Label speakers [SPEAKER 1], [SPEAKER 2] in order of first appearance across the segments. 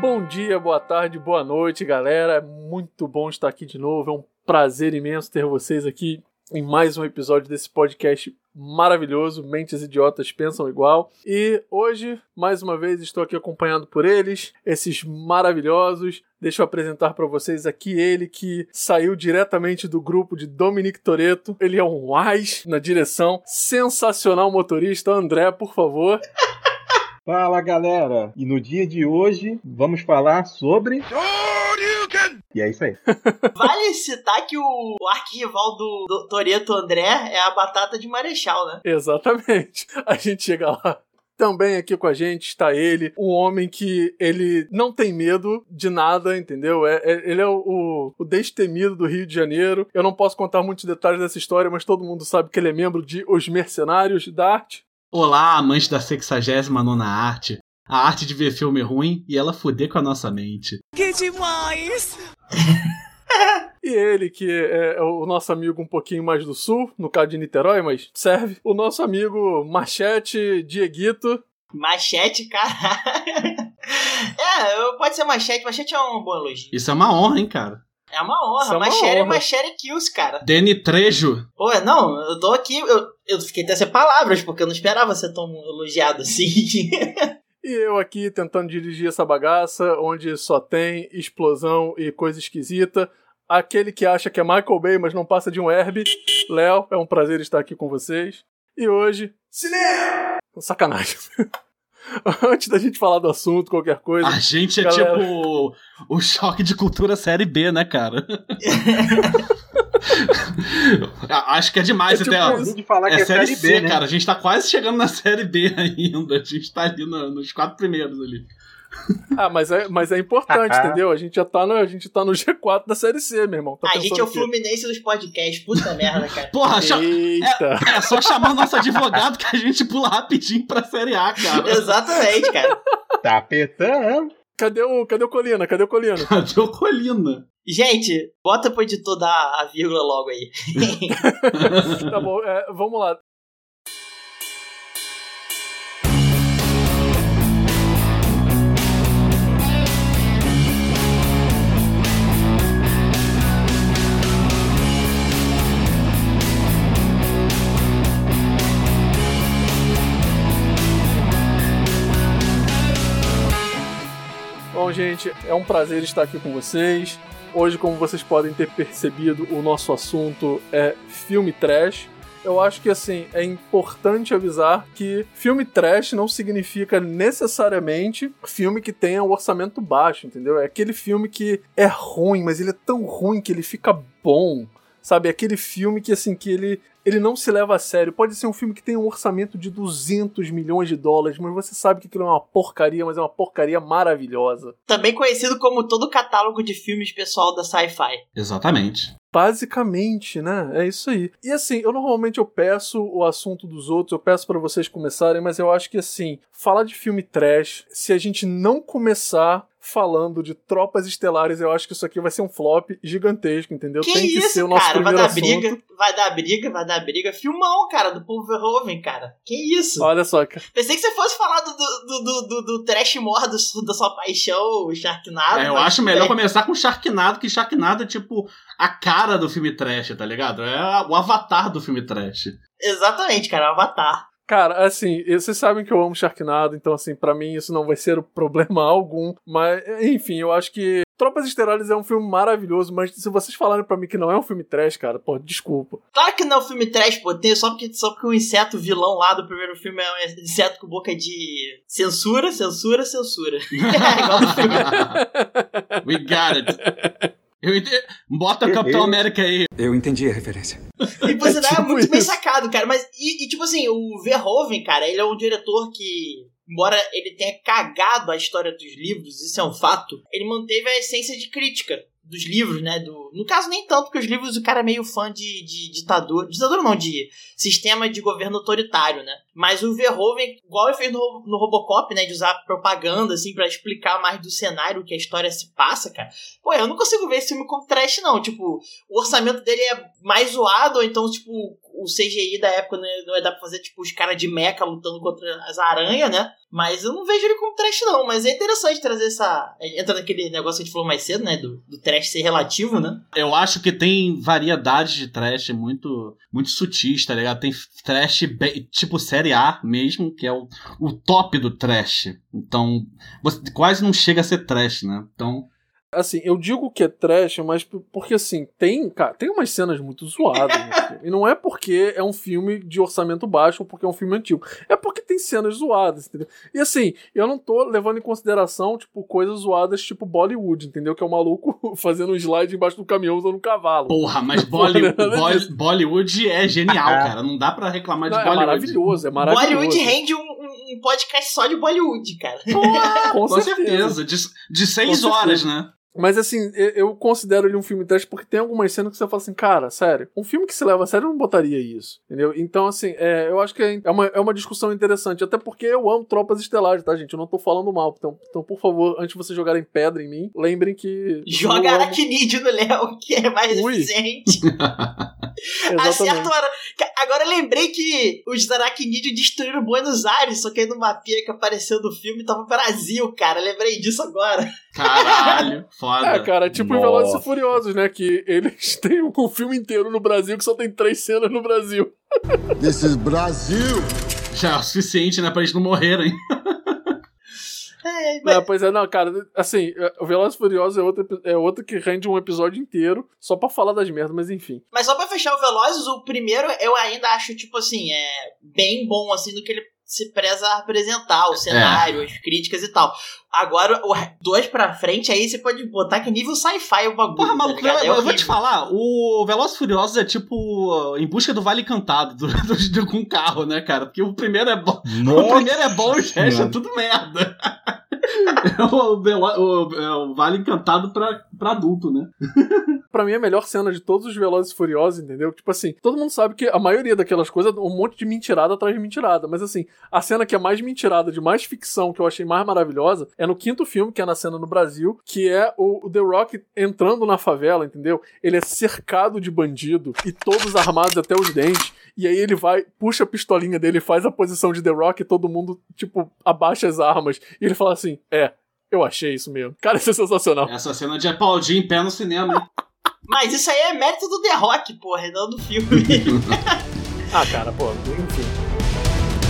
[SPEAKER 1] Bom dia, boa tarde, boa noite, galera. É muito bom estar aqui de novo. É um prazer imenso ter vocês aqui em mais um episódio desse podcast maravilhoso. Mentes idiotas pensam igual. E hoje, mais uma vez, estou aqui acompanhado por eles, esses maravilhosos. Deixa eu apresentar para vocês aqui ele que saiu diretamente do grupo de Dominic Toreto. Ele é um wise na direção. Sensacional motorista. André, por favor.
[SPEAKER 2] Fala galera! E no dia de hoje vamos falar sobre. E é isso aí.
[SPEAKER 3] Vale citar que o, o arquirrival do, do Toreto André é a batata de Marechal, né?
[SPEAKER 1] Exatamente. A gente chega lá. Também aqui com a gente está ele, um homem que ele não tem medo de nada, entendeu? É, é- ele é o, o, o destemido do Rio de Janeiro. Eu não posso contar muitos detalhes dessa história, mas todo mundo sabe que ele é membro de Os Mercenários da Arte.
[SPEAKER 4] Olá, amantes da 69 arte. A arte de ver filme ruim e ela fuder com a nossa mente.
[SPEAKER 5] Que demais!
[SPEAKER 1] E ele, que é o nosso amigo um pouquinho mais do sul, no caso de Niterói, mas serve. O nosso amigo Machete Dieguito.
[SPEAKER 3] Machete, cara. é, eu- pode ser machete. Machete é uma boa luz.
[SPEAKER 4] Isso é uma honra, hein, cara.
[SPEAKER 3] É uma
[SPEAKER 1] Isso é
[SPEAKER 3] honra.
[SPEAKER 1] uma
[SPEAKER 3] Machete é
[SPEAKER 1] honra.
[SPEAKER 3] machete kills, cara.
[SPEAKER 4] Danny Trejo.
[SPEAKER 3] Pô, não, eu tô aqui. Eu, eu fiquei até sem palavras, porque eu não esperava ser tão elogiado assim.
[SPEAKER 1] E eu aqui tentando dirigir essa bagaça, onde só tem explosão e coisa esquisita. Aquele que acha que é Michael Bay, mas não passa de um herb. Léo, é um prazer estar aqui com vocês. E hoje. Cinema! Sacanagem. Antes da gente falar do assunto, qualquer coisa.
[SPEAKER 3] Ah.
[SPEAKER 4] A gente é
[SPEAKER 1] Galera.
[SPEAKER 4] tipo o choque de cultura série B, né, cara? A- Acho que é demais
[SPEAKER 1] É tipo
[SPEAKER 4] até. ó.
[SPEAKER 1] isso.
[SPEAKER 2] Além de falar
[SPEAKER 4] É
[SPEAKER 2] que
[SPEAKER 4] série,
[SPEAKER 2] B,
[SPEAKER 4] C,
[SPEAKER 2] né?
[SPEAKER 4] cara. A gente tá quase chegando na série B ainda. A gente tá ali na- nos quatro primeiros ali.
[SPEAKER 1] Ah, mas é, mas é
[SPEAKER 3] Ah.
[SPEAKER 1] importante, entendeu? A gente já tá no, a gente tá no G4 da série C, meu irmão. Tá
[SPEAKER 3] a
[SPEAKER 1] pensando
[SPEAKER 3] gente é o
[SPEAKER 1] quê?
[SPEAKER 3] Fluminense dos podcasts. Puta merda, cara.
[SPEAKER 4] Porra, cha-
[SPEAKER 1] Eita!
[SPEAKER 4] é só chamar o nosso advogado que a gente pula rapidinho pra série A, cara.
[SPEAKER 3] Exatamente, cara.
[SPEAKER 2] Tá Tapetão!
[SPEAKER 1] Cadê o, cadê o Colina? Cadê o Colina?
[SPEAKER 4] Cadê o Colina?
[SPEAKER 3] Gente, bota pro editor dar a vírgula logo aí.
[SPEAKER 1] Tá bom, é, vamos lá. Bom, gente, é um prazer estar aqui com vocês. Hoje, como vocês podem ter percebido, o nosso assunto é filme trash. Eu acho que assim, é importante avisar que filme trash não significa necessariamente filme que tenha um orçamento baixo, entendeu? É aquele filme que é ruim, mas ele é tão ruim que ele fica bom. Sabe, É aquele filme que assim que ele ele não se leva a sério. Pode ser um filme que tem um orçamento de 200 milhões de dólares, mas você sabe que aquilo é uma porcaria, mas é uma porcaria maravilhosa.
[SPEAKER 3] Também conhecido como todo o catálogo de filmes pessoal da Sci-Fi.
[SPEAKER 4] Exatamente.
[SPEAKER 1] Basicamente, né? É isso aí. E assim, eu normalmente eu peço o assunto dos outros, eu peço pra vocês começarem, mas eu acho que assim, falar de filme trash, se a gente não começar falando de tropas estelares, eu acho que isso aqui vai ser um flop gigantesco, entendeu?
[SPEAKER 3] que
[SPEAKER 1] Tem que
[SPEAKER 3] isso,
[SPEAKER 1] ser o nosso
[SPEAKER 3] cara? Vai
[SPEAKER 1] primeiro
[SPEAKER 3] dar
[SPEAKER 1] assunto.
[SPEAKER 3] briga, vai dar briga, vai dar briga. Filmão, cara, do Paul Verhoeven, cara. Que isso?
[SPEAKER 1] Olha só, cara.
[SPEAKER 3] Pensei que você fosse falar do, do, do, do, do trash mor do, su- da sua paixão, o Sharknado.
[SPEAKER 4] É, eu
[SPEAKER 3] mas
[SPEAKER 4] acho
[SPEAKER 3] tudo
[SPEAKER 4] melhor
[SPEAKER 3] bem.
[SPEAKER 4] começar com Sharknado, que Sharknado é tipo a cara do filme trash, tá ligado? É a- o avatar do filme
[SPEAKER 3] É,
[SPEAKER 4] trash.
[SPEAKER 3] Exatamente, cara, Avatar.
[SPEAKER 1] Cara, assim, e vocês sabem que eu amo Sharknado, então assim, pra mim isso não vai ser um problema algum, mas enfim, eu acho que Tropas Estelares é um filme maravilhoso, mas se vocês falarem pra mim que não é um filme trash, cara, pô, desculpa.
[SPEAKER 3] Claro que não é um filme trash, pô, tem só porque, só porque o inseto vilão lá do primeiro filme é um inseto com boca de censura, censura, censura. É, igual no filme.
[SPEAKER 4] We got it. Eu ente- Bota o Capitão América aí.
[SPEAKER 6] Eu entendi a referência.
[SPEAKER 3] E por sinal,
[SPEAKER 1] tipo
[SPEAKER 3] é muito bem
[SPEAKER 1] isso.
[SPEAKER 3] sacado, cara. Mas, e, e, tipo assim, o Verhoeven, cara, ele é um diretor que, embora ele tenha cagado a história dos livros, isso é um fato, ele manteve a essência de crítica dos livros, né? Do, no caso, nem tanto, porque os livros o cara é meio fã de, de ditador. Ditador não, de sistema de governo autoritário, né? Mas o Verhoeven, igual ele fez no, Ro- no Robocop, né? De usar propaganda, assim, pra explicar mais do cenário que a história se passa, cara. Pô, eu não consigo ver esse filme como trash, não. Tipo, o orçamento dele é mais zoado, ou então, tipo, o CGI da época né, não dá pra fazer, tipo, os caras de meca lutando contra as aranhas, né? Mas eu não vejo ele como trash, não. Mas é interessante trazer essa. é, Entra naquele negócio que a gente falou mais cedo, né? Do, do trash ser relativo, né?
[SPEAKER 4] Eu acho que tem variedades de trash muito, muito sutis, tá ligado? Tem trash bem- tipo série A mesmo, que é o, o top do trash. Então, você quase não chega a ser trash, né? Então,
[SPEAKER 1] Assim, eu digo que é trash, mas p- porque assim, tem, cara, tem umas cenas muito zoadas. nesse filme. e não é porque é um filme de orçamento baixo ou porque é um filme antigo. É porque tem cenas zoadas, entendeu? E assim, eu não tô levando em consideração, tipo, coisas zoadas tipo Bollywood, entendeu? Que é o maluco fazendo um slide embaixo do caminhão usando um cavalo.
[SPEAKER 4] porra, mas Bolly-
[SPEAKER 1] Não, não
[SPEAKER 4] Bolly- Bollywood é genial, cara. Não dá pra reclamar de
[SPEAKER 1] Não, é
[SPEAKER 4] Bollywood.
[SPEAKER 1] maravilhoso, é maravilhoso.
[SPEAKER 3] Bollywood rende um, um- um podcast só de Bollywood, cara.
[SPEAKER 1] Porra, com,
[SPEAKER 4] Com
[SPEAKER 1] certeza.
[SPEAKER 4] certeza, de, de seis
[SPEAKER 1] Com certeza.
[SPEAKER 4] horas, né?
[SPEAKER 1] Mas assim, eu- eu considero ele um filme trash porque tem algumas cenas que você fala assim, cara, sério, um filme que se leva a sério eu não botaria isso, entendeu? Então, assim, é, eu acho que é uma, é uma discussão interessante, até porque eu amo Tropas Estelares, tá, gente? Eu não tô falando mal, então, então por favor, antes de vocês jogarem pedra em mim, lembrem que...
[SPEAKER 3] Joga
[SPEAKER 1] eu amo-
[SPEAKER 3] aracnídeo no Léo, que é mais
[SPEAKER 1] Ui.
[SPEAKER 3] eficiente. Acerta
[SPEAKER 1] Exatamente.
[SPEAKER 3] o ara... Ca- Agora eu lembrei que os aracnídeos destruíram Buenos Aires, só que aí no mapinha que apareceu do filme tava Brasil, cara. Eu Lembrei disso agora.
[SPEAKER 4] Caralho, foda.
[SPEAKER 1] É, cara, tipo em
[SPEAKER 2] Nossa.
[SPEAKER 1] Velozes e Furiosos, né? Que eles têm um filme inteiro no Brasil que só tem três cenas no Brasil.
[SPEAKER 5] This is Brazil.
[SPEAKER 4] Já é o suficiente, né, pra eles não morrerem.
[SPEAKER 3] É, mas-
[SPEAKER 1] Não, pois é, não, cara, assim, é, o Velozes e Furiosos é outro, é outro que rende um episódio inteiro só pra falar das merdas, mas enfim.
[SPEAKER 3] Mas só pra fechar o Velozes, o primeiro eu ainda acho, tipo assim, é bem bom, assim, do que ele se preza a apresentar, o
[SPEAKER 4] É.
[SPEAKER 3] cenário, as críticas e tal. Agora, o dois pra frente, aí você pode botar que nível sci-fi o bagulho.
[SPEAKER 4] Porra,
[SPEAKER 3] tá
[SPEAKER 4] maluco,
[SPEAKER 3] ligado?
[SPEAKER 4] eu,
[SPEAKER 3] É
[SPEAKER 4] eu vou te
[SPEAKER 3] horrível.
[SPEAKER 4] falar, o Veloz Furiosos é tipo uh, em busca do Vale Encantado do, do- do- com carro, né, cara? Porque o primeiro é bom. O
[SPEAKER 2] Nossa,
[SPEAKER 4] primeiro é bom e o resto é
[SPEAKER 2] Senhora.
[SPEAKER 4] tudo merda. É o, Velo- o- é o Vale Encantado pra, pra adulto, né?
[SPEAKER 1] Pra mim, a melhor cena de todos os Velozes e Furiosos, entendeu? Tipo assim, todo mundo sabe que a maioria daquelas coisas é um monte de mentirada atrás de mentirada. Mas assim, a cena que é mais mentirada, de mais ficção, que eu achei mais maravilhosa, é no quinto filme, que é na cena no Brasil, que é o, o The Rock entrando na favela, entendeu? Ele é cercado de bandido e todos armados até os dentes. E aí ele vai, puxa a pistolinha dele, faz a posição de The Rock e todo mundo, tipo, abaixa as armas. E ele fala assim: é. Eu achei isso mesmo. Cara, isso é sensacional.
[SPEAKER 4] Essa cena de aplaudir em pé no cinema. hein?
[SPEAKER 3] Mas isso aí é mérito do The Rock, porra, e não do filme.
[SPEAKER 1] Ah, cara, pô, enfim.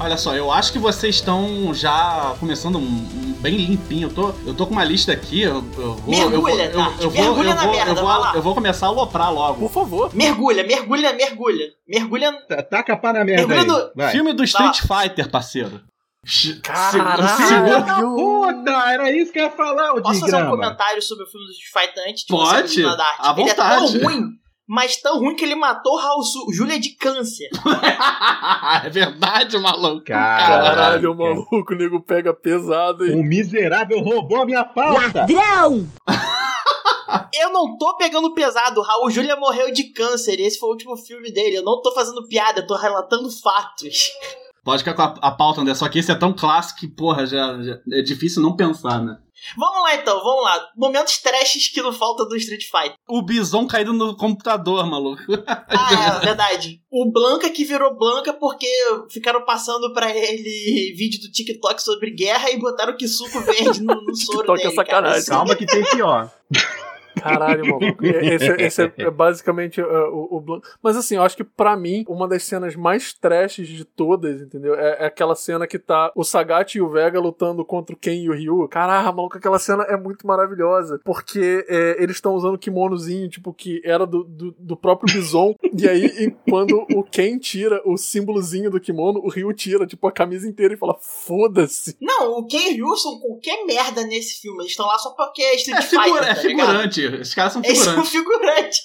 [SPEAKER 4] Olha só, eu acho que vocês estão já começando um- um bem limpinho. Eu tô, eu tô com uma lista aqui. Eu, eu vou,
[SPEAKER 3] Mergulha,
[SPEAKER 4] eu, vou- ah,
[SPEAKER 3] Tati,
[SPEAKER 4] eu, eu vou,
[SPEAKER 3] mergulha
[SPEAKER 4] eu
[SPEAKER 3] na
[SPEAKER 4] vou-
[SPEAKER 3] merda,
[SPEAKER 4] eu vou-
[SPEAKER 3] vai lá.
[SPEAKER 4] eu vou começar a aloprar logo.
[SPEAKER 1] Por favor.
[SPEAKER 3] mergulha, mergulha, mergulha. Mergulha.
[SPEAKER 4] é
[SPEAKER 2] tá- taca a pá na merda aí.
[SPEAKER 3] Mergulha
[SPEAKER 2] Vai.
[SPEAKER 4] Filme
[SPEAKER 3] Tá.
[SPEAKER 4] do Street Fighter, parceiro. Se-
[SPEAKER 1] Caralho!
[SPEAKER 4] segura-
[SPEAKER 2] Puta, era isso que eu ia falar, o
[SPEAKER 3] Posso fazer um
[SPEAKER 2] Digrama.
[SPEAKER 3] comentário sobre o filme do Street Fighter antes de
[SPEAKER 4] Pode,
[SPEAKER 3] você falar da arte?
[SPEAKER 4] à
[SPEAKER 3] Ele é
[SPEAKER 4] vontade.
[SPEAKER 3] tão ruim, mas tão ruim que ele matou Raul Su, Júlia de câncer.
[SPEAKER 4] é verdade, maluco.
[SPEAKER 2] Caralho,
[SPEAKER 1] Caralho, o maluco, o nego pega pesado e.
[SPEAKER 2] O miserável roubou a minha pauta.
[SPEAKER 3] Eu não tô pegando pesado. Raul Júlia morreu de câncer. Esse foi o último filme dele. Eu não tô fazendo piada, eu tô relatando fatos.
[SPEAKER 4] Pode ficar com a, a pauta, André. Só que esse é tão clássico que, porra, já, já- é difícil não pensar, né?
[SPEAKER 3] Vamos lá então, vamos lá. Momentos trashes que não falta do Street Fighter.
[SPEAKER 4] O bison caído no computador, maluco.
[SPEAKER 3] Ah, é verdade. O Blanca que virou Blanca porque ficaram passando pra ele vídeo do TikTok sobre guerra e botaram que suco verde no, no soro
[SPEAKER 1] TikTok é
[SPEAKER 3] dele.
[SPEAKER 1] sacanagem.
[SPEAKER 3] Cara.
[SPEAKER 2] Calma que tem pior.
[SPEAKER 1] Caralho, maluco. É- Esse, esse é- é basicamente é, o, o Blan- Mas assim, eu acho que pra mim, uma das cenas mais trashes de todas, entendeu? É, é aquela cena que tá o Sagat e o Vega lutando contra o Ken e o Ryu. Caralho, maluco, aquela cena é muito maravilhosa. Porque é, eles estão usando kimonozinho, tipo, que era do, do, do próprio Bison. e aí, e quando o Ken tira o símbolozinho do kimono, o Ryu tira, tipo, a camisa inteira e fala: foda-se.
[SPEAKER 3] Não, o Ken Wilson, qualquer merda nesse filme. Eles estão lá só porque é Street
[SPEAKER 4] É, figu-
[SPEAKER 3] Fighter.
[SPEAKER 4] é
[SPEAKER 3] tá ligado?
[SPEAKER 4] figurante. Esses caras são
[SPEAKER 3] Eles
[SPEAKER 4] figurantes.
[SPEAKER 3] são figurante.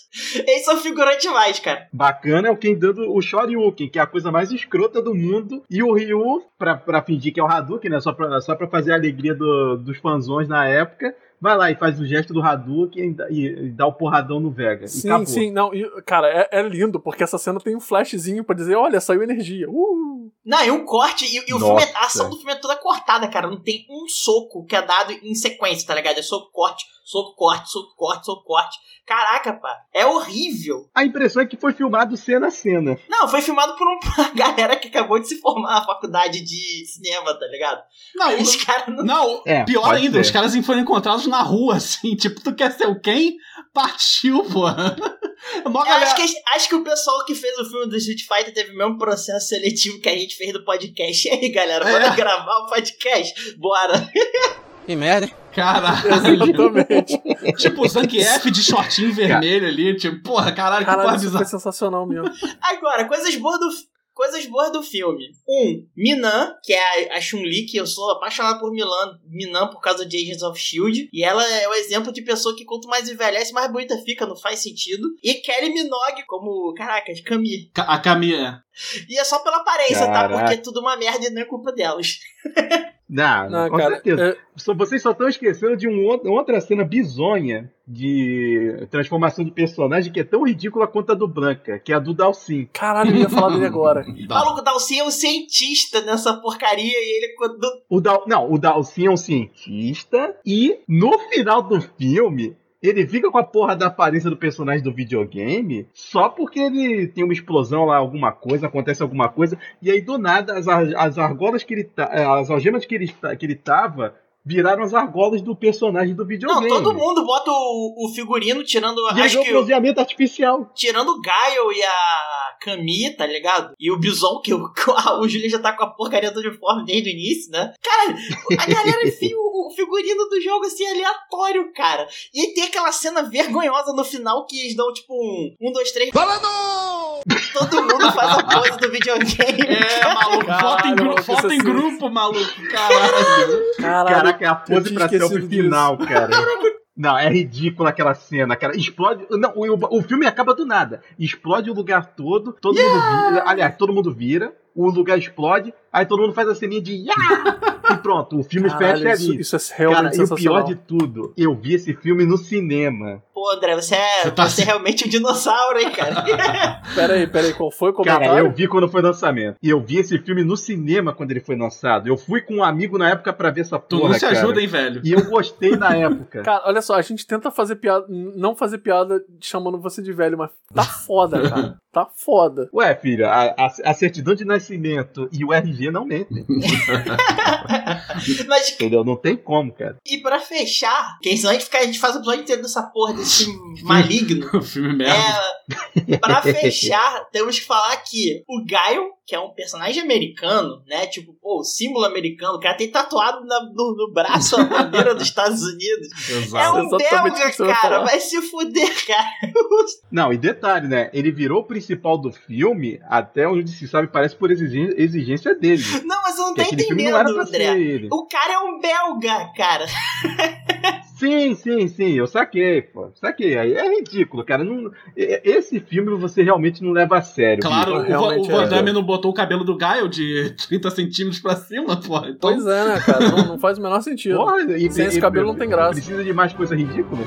[SPEAKER 3] Eles são figurante mais, cara.
[SPEAKER 2] Bacana é o Ken dando o Shoryuken, que é a coisa mais escrota do mundo, e o Ryu, pra, pra fingir que é o Hadouken, né? Só pra, só pra fazer a alegria do- dos fanzões na época, vai lá e faz o gesto do Hadouken e dá- e, e dá o porradão no Vega. e
[SPEAKER 1] Sim,
[SPEAKER 2] acabou.
[SPEAKER 1] sim, não, e, cara, é, é lindo, porque essa cena tem um flashzinho pra dizer, olha, saiu energia. Uh!
[SPEAKER 3] Não, é um corte e, e o
[SPEAKER 6] Nossa.
[SPEAKER 3] filme é- a ação do filme é toda cortada, cara. Não tem um soco que é dado em sequência, tá ligado? É soco, corte, soco, corte, soco, corte, soco, corte. Caraca, pá, é horrível.
[SPEAKER 2] A impressão é que foi filmado cena a cena.
[SPEAKER 3] Não, foi filmado por um- uma galera que acabou de se formar na faculdade de cinema, tá ligado?
[SPEAKER 4] Não,
[SPEAKER 3] Os caras não.
[SPEAKER 4] Não,
[SPEAKER 2] É,
[SPEAKER 4] pior
[SPEAKER 2] pode
[SPEAKER 4] ainda,
[SPEAKER 2] ser.
[SPEAKER 4] os caras foram encontrados na rua, assim, tipo, tu quer ser o quem? Partiu, pô. Mó
[SPEAKER 3] Eu acho
[SPEAKER 4] galera...
[SPEAKER 3] que, acho que o pessoal que fez o filme do Street Fighter teve o mesmo processo seletivo que a gente fez do podcast. E aí, galera,
[SPEAKER 4] É.
[SPEAKER 3] bora gravar o podcast? Bora!
[SPEAKER 7] Que merda, hein?
[SPEAKER 4] Caralho.
[SPEAKER 1] Exatamente.
[SPEAKER 4] tipo, o Zangief de shortinho vermelho ali, tipo, porra, caralho, que
[SPEAKER 1] Caralho,
[SPEAKER 4] porra
[SPEAKER 1] isso foi
[SPEAKER 4] bizarra.
[SPEAKER 1] sensacional mesmo.
[SPEAKER 3] Agora, coisas boas do coisas boas do filme. Um, Minan, que é a, a Chun-Li, que eu sou apaixonado por Milan, Minan por causa de Agents of S.H.I.E.L.D. E ela é o exemplo de pessoa que quanto mais envelhece, mais bonita fica, não faz sentido. E Kelly Minogue como, caraca, Camille.
[SPEAKER 4] Ca- A Camila.
[SPEAKER 3] E é só pela aparência, tá?
[SPEAKER 2] Caraca.
[SPEAKER 3] Porque é tudo uma merda e não é culpa delas.
[SPEAKER 2] Não,
[SPEAKER 1] Não,
[SPEAKER 2] com
[SPEAKER 1] cara,
[SPEAKER 2] certeza.
[SPEAKER 1] é-
[SPEAKER 2] Só- Vocês só estão esquecendo de um outro- outra cena bizonha de transformação de personagem que é tão ridícula quanto a do Branca, que é a do Dalsin.
[SPEAKER 1] caralho, eu ia falar dele agora.
[SPEAKER 2] Tá.
[SPEAKER 3] O maluco Dalsin é um cientista nessa porcaria e ele quando.
[SPEAKER 2] O Dal, não, o Dalsin é um cientista e no final do filme ele fica com a porra da aparência do personagem do videogame só porque ele tem uma explosão lá, alguma coisa, acontece alguma coisa, e aí do nada as, ar- as argolas que ele tá, eh, as algemas que ele, tá- que ele tava viraram as argolas do personagem do
[SPEAKER 3] Não,
[SPEAKER 2] videogame.
[SPEAKER 3] todo mundo bota o, o figurino, tirando.
[SPEAKER 2] E aí
[SPEAKER 3] Acho
[SPEAKER 2] é o
[SPEAKER 3] que. o-
[SPEAKER 2] bronzeamento artificial.
[SPEAKER 3] Tirando o Gaio e a Camille, tá ligado? E o Bison, que o, o Julia já tá com a porcaria do uniforme desde o início, né? Cara, a galera enfia o, o figurino do jogo assim aleatório, cara. E aí tem aquela cena vergonhosa no final que eles dão tipo um, um dois, três. Todo mundo faz a pose do videogame.
[SPEAKER 4] É, maluco, foto em,
[SPEAKER 1] Caralho,
[SPEAKER 4] gru
[SPEAKER 1] maluco,
[SPEAKER 4] foto em
[SPEAKER 1] isso é
[SPEAKER 4] grupo, maluco, caralho.
[SPEAKER 1] Caralho.
[SPEAKER 2] Caraca, é a pose
[SPEAKER 1] tinha
[SPEAKER 2] pra selfie
[SPEAKER 1] esquecido disso.
[SPEAKER 2] final, cara. Não, é ridícula aquela cena, cara. Explode. Não, o, o filme acaba do nada. Explode o lugar todo, todo mundo vira. Aliás, todo mundo vira, o lugar explode, aí todo mundo faz a ceninha de "Ya!" e pronto, o filme
[SPEAKER 1] Caralho,
[SPEAKER 2] fecha
[SPEAKER 1] isso,
[SPEAKER 2] ali.
[SPEAKER 1] isso é
[SPEAKER 2] Cara,
[SPEAKER 1] realmente
[SPEAKER 2] e o pior
[SPEAKER 1] sensacional.
[SPEAKER 2] de tudo, eu vi esse filme no cinema.
[SPEAKER 3] Pô, André, você é,
[SPEAKER 4] Você tá-
[SPEAKER 3] você é realmente um dinossauro, hein, cara?
[SPEAKER 1] Peraí, peraí, qual foi o comentário?
[SPEAKER 2] Cara, eu vi quando foi lançamento. E eu vi esse filme no cinema quando ele foi lançado. Eu fui com um amigo na época pra ver essa
[SPEAKER 4] Tu
[SPEAKER 2] porra,
[SPEAKER 4] não se
[SPEAKER 2] cara.
[SPEAKER 4] ajuda, hein, velho.
[SPEAKER 2] E eu gostei na época.
[SPEAKER 1] Cara, olha só, a gente tenta fazer piada, não fazer piada chamando você de velho, mas tá foda, cara. Tá foda.
[SPEAKER 2] Ué, filho, a, a- a certidão de nascimento e o RG não mentem,
[SPEAKER 3] Mas,
[SPEAKER 2] entendeu? Não tem como, cara.
[SPEAKER 3] e pra fechar, que senão a gente, fica, a gente faz o episódio inteiro dessa porra desse filme maligno.
[SPEAKER 4] O filme merda.
[SPEAKER 3] É, pra fechar, temos que falar que o Gaio, que é um personagem americano, né? Tipo, pô, o símbolo americano, o cara tem tatuado na- no, no braço a bandeira dos Estados Unidos. É
[SPEAKER 4] Exato.
[SPEAKER 3] um
[SPEAKER 1] Exatamente o
[SPEAKER 3] belga,
[SPEAKER 1] que você vai
[SPEAKER 3] cara.
[SPEAKER 1] falar.
[SPEAKER 3] Vai se fuder, cara.
[SPEAKER 2] Não, e detalhe, né? Ele virou o principal do filme, até onde se sabe, parece por exigen- exigência dele.
[SPEAKER 3] Não, mas eu não
[SPEAKER 2] Porque
[SPEAKER 3] tô
[SPEAKER 2] aquele filme não era
[SPEAKER 3] entendendo,
[SPEAKER 2] pra ser
[SPEAKER 3] André.
[SPEAKER 2] ele.
[SPEAKER 3] O cara é um belga, cara.
[SPEAKER 2] Sim, sim, sim, eu saquei, pô. Saquei. Aí É ridículo, cara. Não- e- esse filme você realmente não leva a sério.
[SPEAKER 4] Claro,
[SPEAKER 1] Bicho,
[SPEAKER 4] o, Va- o
[SPEAKER 1] realmente
[SPEAKER 4] Van
[SPEAKER 1] é.
[SPEAKER 4] Damme não botou o cabelo do Gaio de 30 centímetros pra cima, pô. Então,
[SPEAKER 1] Pois é, né, cara? Não, não faz o menor sentido.
[SPEAKER 2] Porra, e-
[SPEAKER 1] Sem esse
[SPEAKER 2] e-
[SPEAKER 1] cabelo não tem graça.
[SPEAKER 2] Precisa de mais coisa ridícula?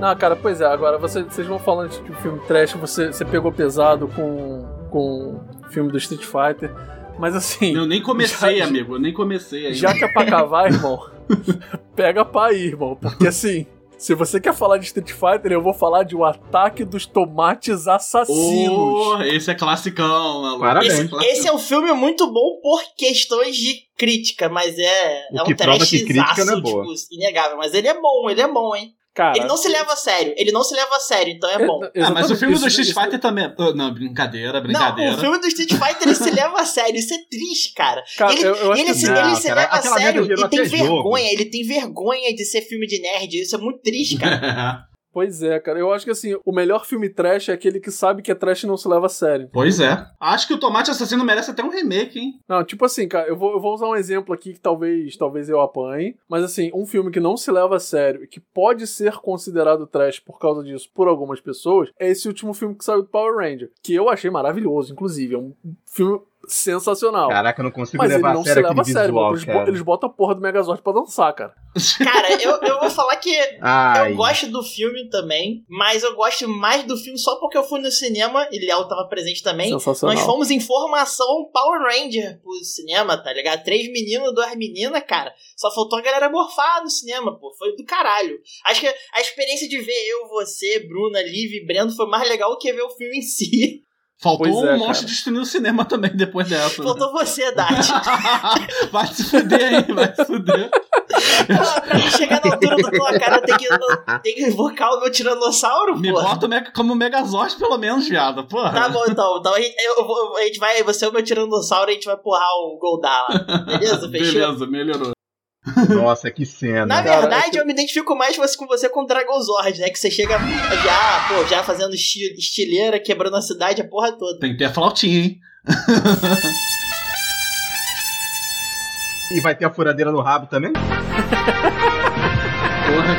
[SPEAKER 1] Não, cara, pois é, agora você- vocês vão falando de filme trash, você, você pegou pesado com, com o filme do Street Fighter, mas assim,
[SPEAKER 4] eu nem comecei,
[SPEAKER 1] Já-
[SPEAKER 4] amigo, eu nem comecei ainda.
[SPEAKER 1] já que é pra cavar, irmão, pega pra aí, irmão, porque assim, se você quer falar de Street Fighter, eu vou falar de O Ataque dos Tomates Assassinos.
[SPEAKER 4] Oh, esse é classicão, maluco.
[SPEAKER 2] Parabéns.
[SPEAKER 4] é
[SPEAKER 3] Esse,
[SPEAKER 4] classicão.
[SPEAKER 3] esse é um filme muito bom por questões de crítica, mas é,
[SPEAKER 2] O
[SPEAKER 3] é um
[SPEAKER 2] que prova que crítica não é
[SPEAKER 3] trashzaço,
[SPEAKER 2] boa.
[SPEAKER 3] tipo, inegável. Mas ele é bom, ele é bom, hein?
[SPEAKER 1] Cara,
[SPEAKER 3] ele não se leva a sério, ele não se leva a sério, então é bom.
[SPEAKER 4] Ah, mas o filme do
[SPEAKER 1] Street
[SPEAKER 4] Street Fighter também. é- Ah, não, brincadeira,
[SPEAKER 3] Não,
[SPEAKER 4] brincadeira.
[SPEAKER 3] o filme do Street Fighter ele se leva a sério, isso é triste, cara.
[SPEAKER 1] Cara,
[SPEAKER 3] ele
[SPEAKER 1] eu, eu acho
[SPEAKER 3] ele
[SPEAKER 1] que
[SPEAKER 3] se,
[SPEAKER 2] não,
[SPEAKER 3] ele se
[SPEAKER 2] cara,
[SPEAKER 3] leva a
[SPEAKER 2] aquela merda
[SPEAKER 3] sério
[SPEAKER 2] gerou
[SPEAKER 3] e tem
[SPEAKER 2] até jogo.
[SPEAKER 3] vergonha, ele tem vergonha de ser filme de nerd, isso é muito triste, cara.
[SPEAKER 1] Pois é, cara. Eu acho que assim, o melhor filme trash é aquele que sabe que é trash e não se leva a sério.
[SPEAKER 4] pois é. Acho que o Tomate Assassino merece até um remake, hein?
[SPEAKER 1] Não, tipo assim, cara, eu vou, eu vou usar um exemplo aqui que talvez talvez eu apanhe, mas assim, um filme que não se leva a sério e que pode ser considerado trash por causa disso por algumas pessoas é esse último filme que saiu do Power Ranger, que eu achei maravilhoso, inclusive. É um filme sensacional.
[SPEAKER 2] Caraca, eu não consigo
[SPEAKER 1] Mas ele
[SPEAKER 2] levar
[SPEAKER 1] não
[SPEAKER 2] a
[SPEAKER 1] se
[SPEAKER 2] sério
[SPEAKER 1] leva
[SPEAKER 2] aquele
[SPEAKER 1] a sério,
[SPEAKER 2] visual,
[SPEAKER 1] mano. Eles, bo-
[SPEAKER 2] cara.
[SPEAKER 1] eles botam a porra do Megazord pra dançar, cara.
[SPEAKER 3] Cara, eu, eu vou falar que
[SPEAKER 2] Ai,
[SPEAKER 3] eu gosto do filme também, mas eu gosto mais do filme só porque eu fui no cinema e Léo tava presente
[SPEAKER 2] é
[SPEAKER 3] também.
[SPEAKER 1] Sensacional.
[SPEAKER 3] Nós fomos em formação Power Ranger pro cinema, tá ligado? Três meninos, duas meninas, cara. Só faltou a galera morfar no cinema, pô. Foi do caralho. Acho que a experiência de ver eu, você, Bruna, Liv e Breno foi mais legal que ver o filme em si.
[SPEAKER 4] Faltou
[SPEAKER 1] Pois é,
[SPEAKER 4] um monte
[SPEAKER 1] cara.
[SPEAKER 4] de destruindo o cinema também depois dessa. né?
[SPEAKER 3] Faltou você, Dati.
[SPEAKER 4] vai se fuder aí, vai se fuder.
[SPEAKER 3] Pra pra chegar na altura da tua cara, eu tenho que, tem que invocar o meu tiranossauro,
[SPEAKER 4] Me
[SPEAKER 3] pô.
[SPEAKER 4] bota o Mega- como Megazord, pelo menos, viado. Porra.
[SPEAKER 3] Tá bom, então. Então a gente, eu vou- a gente vai. Você é o meu tiranossauro, a gente vai porrar o Goldar lá. Beleza? Fechou?
[SPEAKER 4] Beleza, melhorou.
[SPEAKER 2] nossa, que cena.
[SPEAKER 3] Na
[SPEAKER 1] Cara,
[SPEAKER 3] verdade,
[SPEAKER 1] é que-
[SPEAKER 3] eu me identifico mais você- com você com o Dragonzord, né? Que você chega já, pô, já fazendo esti- estileira, quebrando a cidade, a porra toda.
[SPEAKER 4] Tem que ter a flautinha, hein?
[SPEAKER 2] E vai ter a furadeira no rabo também?
[SPEAKER 4] Porra,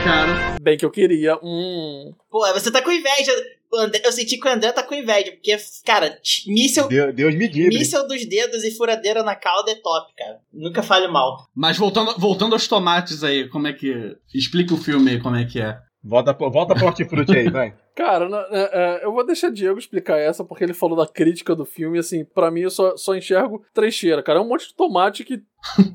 [SPEAKER 4] cara.
[SPEAKER 1] Bem que eu queria um.
[SPEAKER 3] Pô, você tá com inveja. O André- eu senti que o André tá com inveja, porque, cara, t- míssel,
[SPEAKER 2] Deus, Deus me livre.
[SPEAKER 3] míssel dos dedos e furadeira na cauda é top, cara. Nunca falho mal.
[SPEAKER 4] Mas voltando, voltando aos tomates aí, como é que. Explica o filme aí, como é que é.
[SPEAKER 2] Volta, pro- volta pro hortifruti aí, vai.
[SPEAKER 1] Cara, na- é, é, eu vou deixar Diego explicar essa, porque ele falou da crítica do filme, e assim, pra mim eu só, só enxergo trecheira, cara. É um monte de tomate que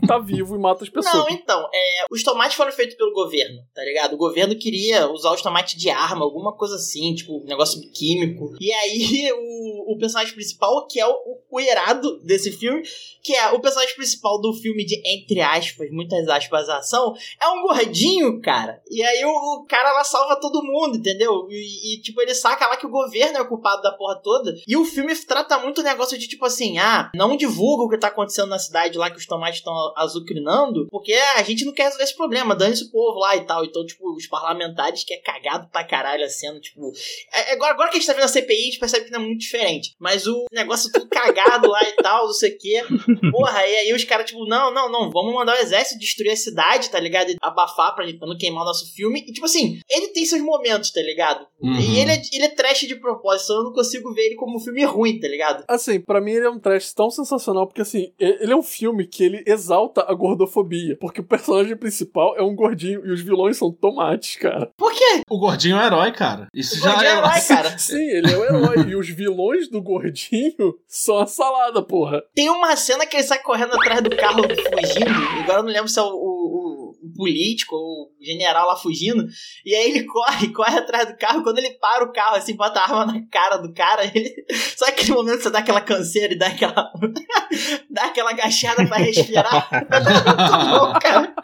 [SPEAKER 1] tá vivo e mata as pessoas.
[SPEAKER 3] Não, então, é, os tomates foram feitos pelo governo, tá ligado? O governo queria usar os tomates de arma, alguma coisa assim, tipo, um negócio químico. E aí, o, o personagem principal, que é o, o errado desse filme, que é o personagem principal do filme de, entre aspas, muitas aspas, ação, é um gordinho, cara. E aí, o, o cara lá salva todo mundo, entendeu? E, e, tipo, ele saca lá que o governo é o culpado da porra toda. E o filme trata muito o negócio de, tipo assim, ah, não divulga o que tá acontecendo na cidade lá, que os tomates estão azucrinando, porque a gente não quer resolver esse problema, dane-se o povo lá e tal. Então, tipo, os parlamentares que é cagado pra caralho a cena, tipo. é- é agora, agora que a gente tá vendo a CPI, a gente percebe que não é muito diferente. Mas o negócio tudo cagado lá e tal, não sei o quê. Porra, e aí os caras, tipo, não, não, não, vamos mandar o exército destruir a cidade, tá ligado? E abafar pra, pra não queimar o nosso filme. E, tipo assim, ele tem seus momentos, tá ligado?
[SPEAKER 4] Uhum.
[SPEAKER 3] E ele é, ele é trash de propósito, então eu não consigo ver ele como um filme ruim, tá ligado?
[SPEAKER 1] Assim, pra mim ele é um trash tão sensacional, porque assim, e- ele é um filme que ele exalta a gordofobia, porque o personagem principal é um gordinho e os vilões são tomates, cara.
[SPEAKER 3] Por quê?
[SPEAKER 4] O gordinho é um herói, cara. Isso já
[SPEAKER 3] Gordinho é
[SPEAKER 4] é.
[SPEAKER 3] herói, cara.
[SPEAKER 1] Sim, ele é o herói, e os vilões do gordinho são a salada, porra.
[SPEAKER 3] Tem uma cena que ele sai correndo atrás do carro fugindo. Agora eu não lembro se é o, o- o político ou o general lá fugindo. E aí ele corre, corre atrás do carro. Quando ele para o carro, assim, bota a arma na cara do cara. Ele... Sabe aquele momento que você dá aquela canseira e dá aquela. dá aquela agachada pra respirar? É Muito bom, cara.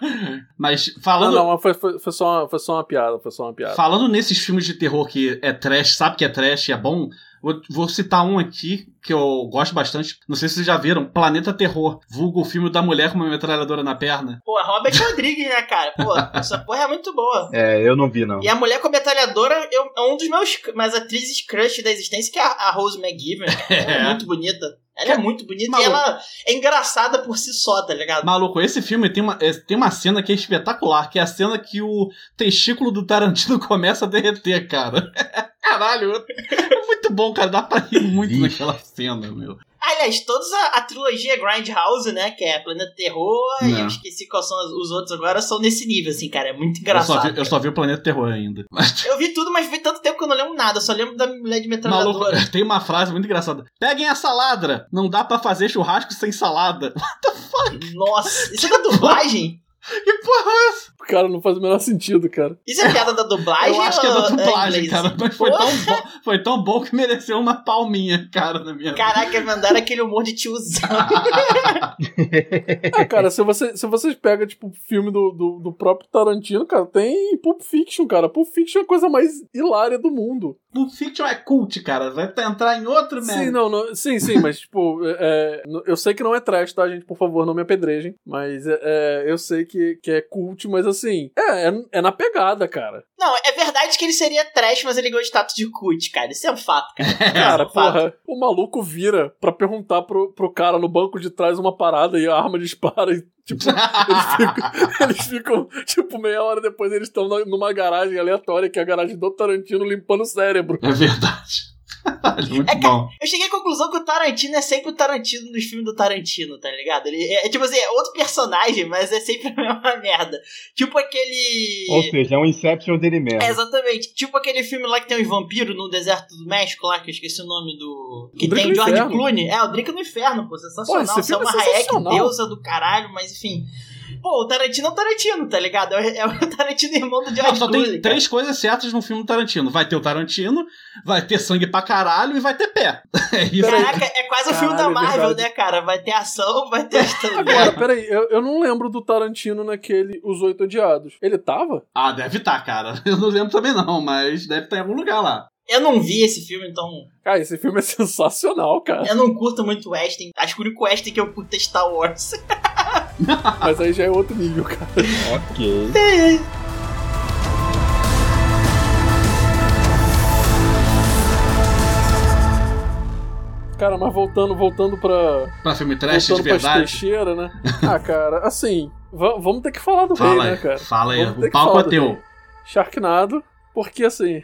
[SPEAKER 4] Mas
[SPEAKER 1] Não,
[SPEAKER 4] falando.
[SPEAKER 1] não, mas foi, foi, foi só uma, foi só uma piada, foi só uma piada.
[SPEAKER 4] Falando nesses filmes de terror que é trash, sabe que é trash e é bom, vou, vou citar um aqui que eu gosto bastante. Não sei se vocês já viram, Planeta Terror, vulgo o filme da mulher com uma metralhadora na perna.
[SPEAKER 3] Pô, Robert Rodrigues, né, cara? Pô, essa porra é muito boa.
[SPEAKER 2] É, eu não vi, não.
[SPEAKER 3] E a mulher com a metralhadora eu- é um dos meus mais atrizes crush da existência, que é a a Rose McGivern. Ela é
[SPEAKER 4] É.
[SPEAKER 3] muito bonita. Ela é muito bonita
[SPEAKER 4] Maluco.
[SPEAKER 3] e ela é engraçada por si só, tá ligado?
[SPEAKER 4] Maluco, esse filme tem uma, é, tem uma cena que é espetacular, que é a cena que o testículo do Tarantino começa a derreter, cara. Caralho, é muito bom, cara. Dá pra rir muito
[SPEAKER 2] Vixe.
[SPEAKER 4] naquela cena, meu.
[SPEAKER 3] Aliás, toda a, a trilogia Grindhouse, né? Que é Planeta Terror, e
[SPEAKER 4] Não.
[SPEAKER 3] eu esqueci quais são os- os outros agora, são nesse nível, assim, cara. É muito
[SPEAKER 4] Eu só,
[SPEAKER 3] engraçado.
[SPEAKER 4] vi, eu só vi o Planeta Terror ainda.
[SPEAKER 3] Eu vi tudo, mas vi tanto tempo que eu não lembro nada. Eu só lembro da mulher de metralhadora.
[SPEAKER 4] Maluco, tem uma frase muito engraçada. Peguem a saladra! Não dá pra fazer churrasco sem salada.
[SPEAKER 3] Nossa, isso é da dublagem?
[SPEAKER 4] Que porra é essa?
[SPEAKER 1] Cara, não faz o menor sentido, cara.
[SPEAKER 3] Isso é piada da dublagem?
[SPEAKER 4] Eu acho que é da
[SPEAKER 3] ou
[SPEAKER 4] dublagem,
[SPEAKER 3] inglês?
[SPEAKER 4] cara. Mas foi tão, bom, foi tão bom que mereceu uma palminha, cara, na minha.
[SPEAKER 3] Caraca, mandaram aquele humor de tiozão.
[SPEAKER 1] É, cara, se, você, se vocês pegam, tipo, filme do, do, do próprio Tarantino, cara, tem Pulp Fiction, cara. Pulp Fiction é a coisa mais hilária do mundo.
[SPEAKER 4] Pulp Fiction é cult, cara. Vai entrar em outro
[SPEAKER 1] Sim,
[SPEAKER 4] merda.
[SPEAKER 1] não, não- sim, sim, mas, tipo, é, é, n- eu sei que não é trash, tá, gente? Por favor, não me apedrejem. Mas é, é, eu sei que, que é cult, mas assim, é, é, é na pegada, cara.
[SPEAKER 3] Não, é verdade que ele seria trash, mas ele ganhou status de cult, cara. Isso é um fato, cara.
[SPEAKER 1] Cara,
[SPEAKER 3] Isso é um fato.
[SPEAKER 1] porra, o maluco vira pra perguntar pro, pro cara no banco de trás uma parada e a arma dispara e, tipo, Eles ficam, eles ficam, tipo, meia hora depois eles estão na- numa garagem aleatória, que é a garagem do Tarantino, limpando o cérebro.
[SPEAKER 4] É verdade. Muito
[SPEAKER 3] É, cara,
[SPEAKER 4] bom.
[SPEAKER 3] Eu cheguei à conclusão que o Tarantino é sempre o Tarantino nos filmes do Tarantino, tá ligado? Ele é, é, tipo assim, é outro personagem, mas é sempre a mesma merda. Tipo aquele.
[SPEAKER 2] Ou seja, é um Inception dele mesmo.
[SPEAKER 3] É, exatamente. Tipo aquele filme lá que tem os vampiros no deserto do México, lá que eu esqueci o nome do. Que
[SPEAKER 1] O Drink
[SPEAKER 3] tem
[SPEAKER 1] no
[SPEAKER 3] George
[SPEAKER 1] Inferno.
[SPEAKER 3] Clooney. É, o Drink no Inferno, pô,
[SPEAKER 1] Pô,
[SPEAKER 3] sensacional.
[SPEAKER 1] esse filme
[SPEAKER 3] Selma
[SPEAKER 1] é sensacional.
[SPEAKER 3] Hayek, deusa do caralho, mas enfim. Pô, o Tarantino é o Tarantino, tá ligado? É, o- é o Tarantino irmão do
[SPEAKER 4] Não,
[SPEAKER 3] George
[SPEAKER 4] só
[SPEAKER 3] Clooney.
[SPEAKER 4] tem
[SPEAKER 3] cara.
[SPEAKER 4] três coisas certas no filme do Tarantino. Vai ter o Tarantino, vai ter sangue pra caralho e vai ter pé. É isso.
[SPEAKER 1] Peraí.
[SPEAKER 3] Caraca, é quase o filme da
[SPEAKER 1] Caralho, é
[SPEAKER 3] Marvel,
[SPEAKER 1] verdade.
[SPEAKER 3] né, cara? Vai ter ação, vai ter história.
[SPEAKER 1] Agora, peraí, eu, eu não lembro do Tarantino naquele Os Oito Odiados. Ele tava?
[SPEAKER 4] Ah, deve estar, cara. Eu não lembro também não, mas deve estar em algum lugar lá.
[SPEAKER 3] Eu não vi esse filme, então.
[SPEAKER 1] Cara, esse filme é sensacional, cara.
[SPEAKER 3] Eu não curto muito Western. Acho que o único Western que eu curto é Star Wars.
[SPEAKER 1] Mas aí já é outro nível, cara.
[SPEAKER 2] Ok.
[SPEAKER 1] Cara, mas voltando, voltando pra,
[SPEAKER 4] Pra filme trash de
[SPEAKER 1] Voltando pras
[SPEAKER 4] verdade.
[SPEAKER 1] Teixeira, né? Ah, cara, assim, va- vamos ter que falar do rei,
[SPEAKER 4] Fala
[SPEAKER 1] né,
[SPEAKER 4] aí,
[SPEAKER 1] cara?
[SPEAKER 4] fala aí.
[SPEAKER 1] Vamos ter
[SPEAKER 4] O
[SPEAKER 1] que falar
[SPEAKER 4] palco é
[SPEAKER 1] do
[SPEAKER 4] teu.
[SPEAKER 1] Sharknado, porque assim,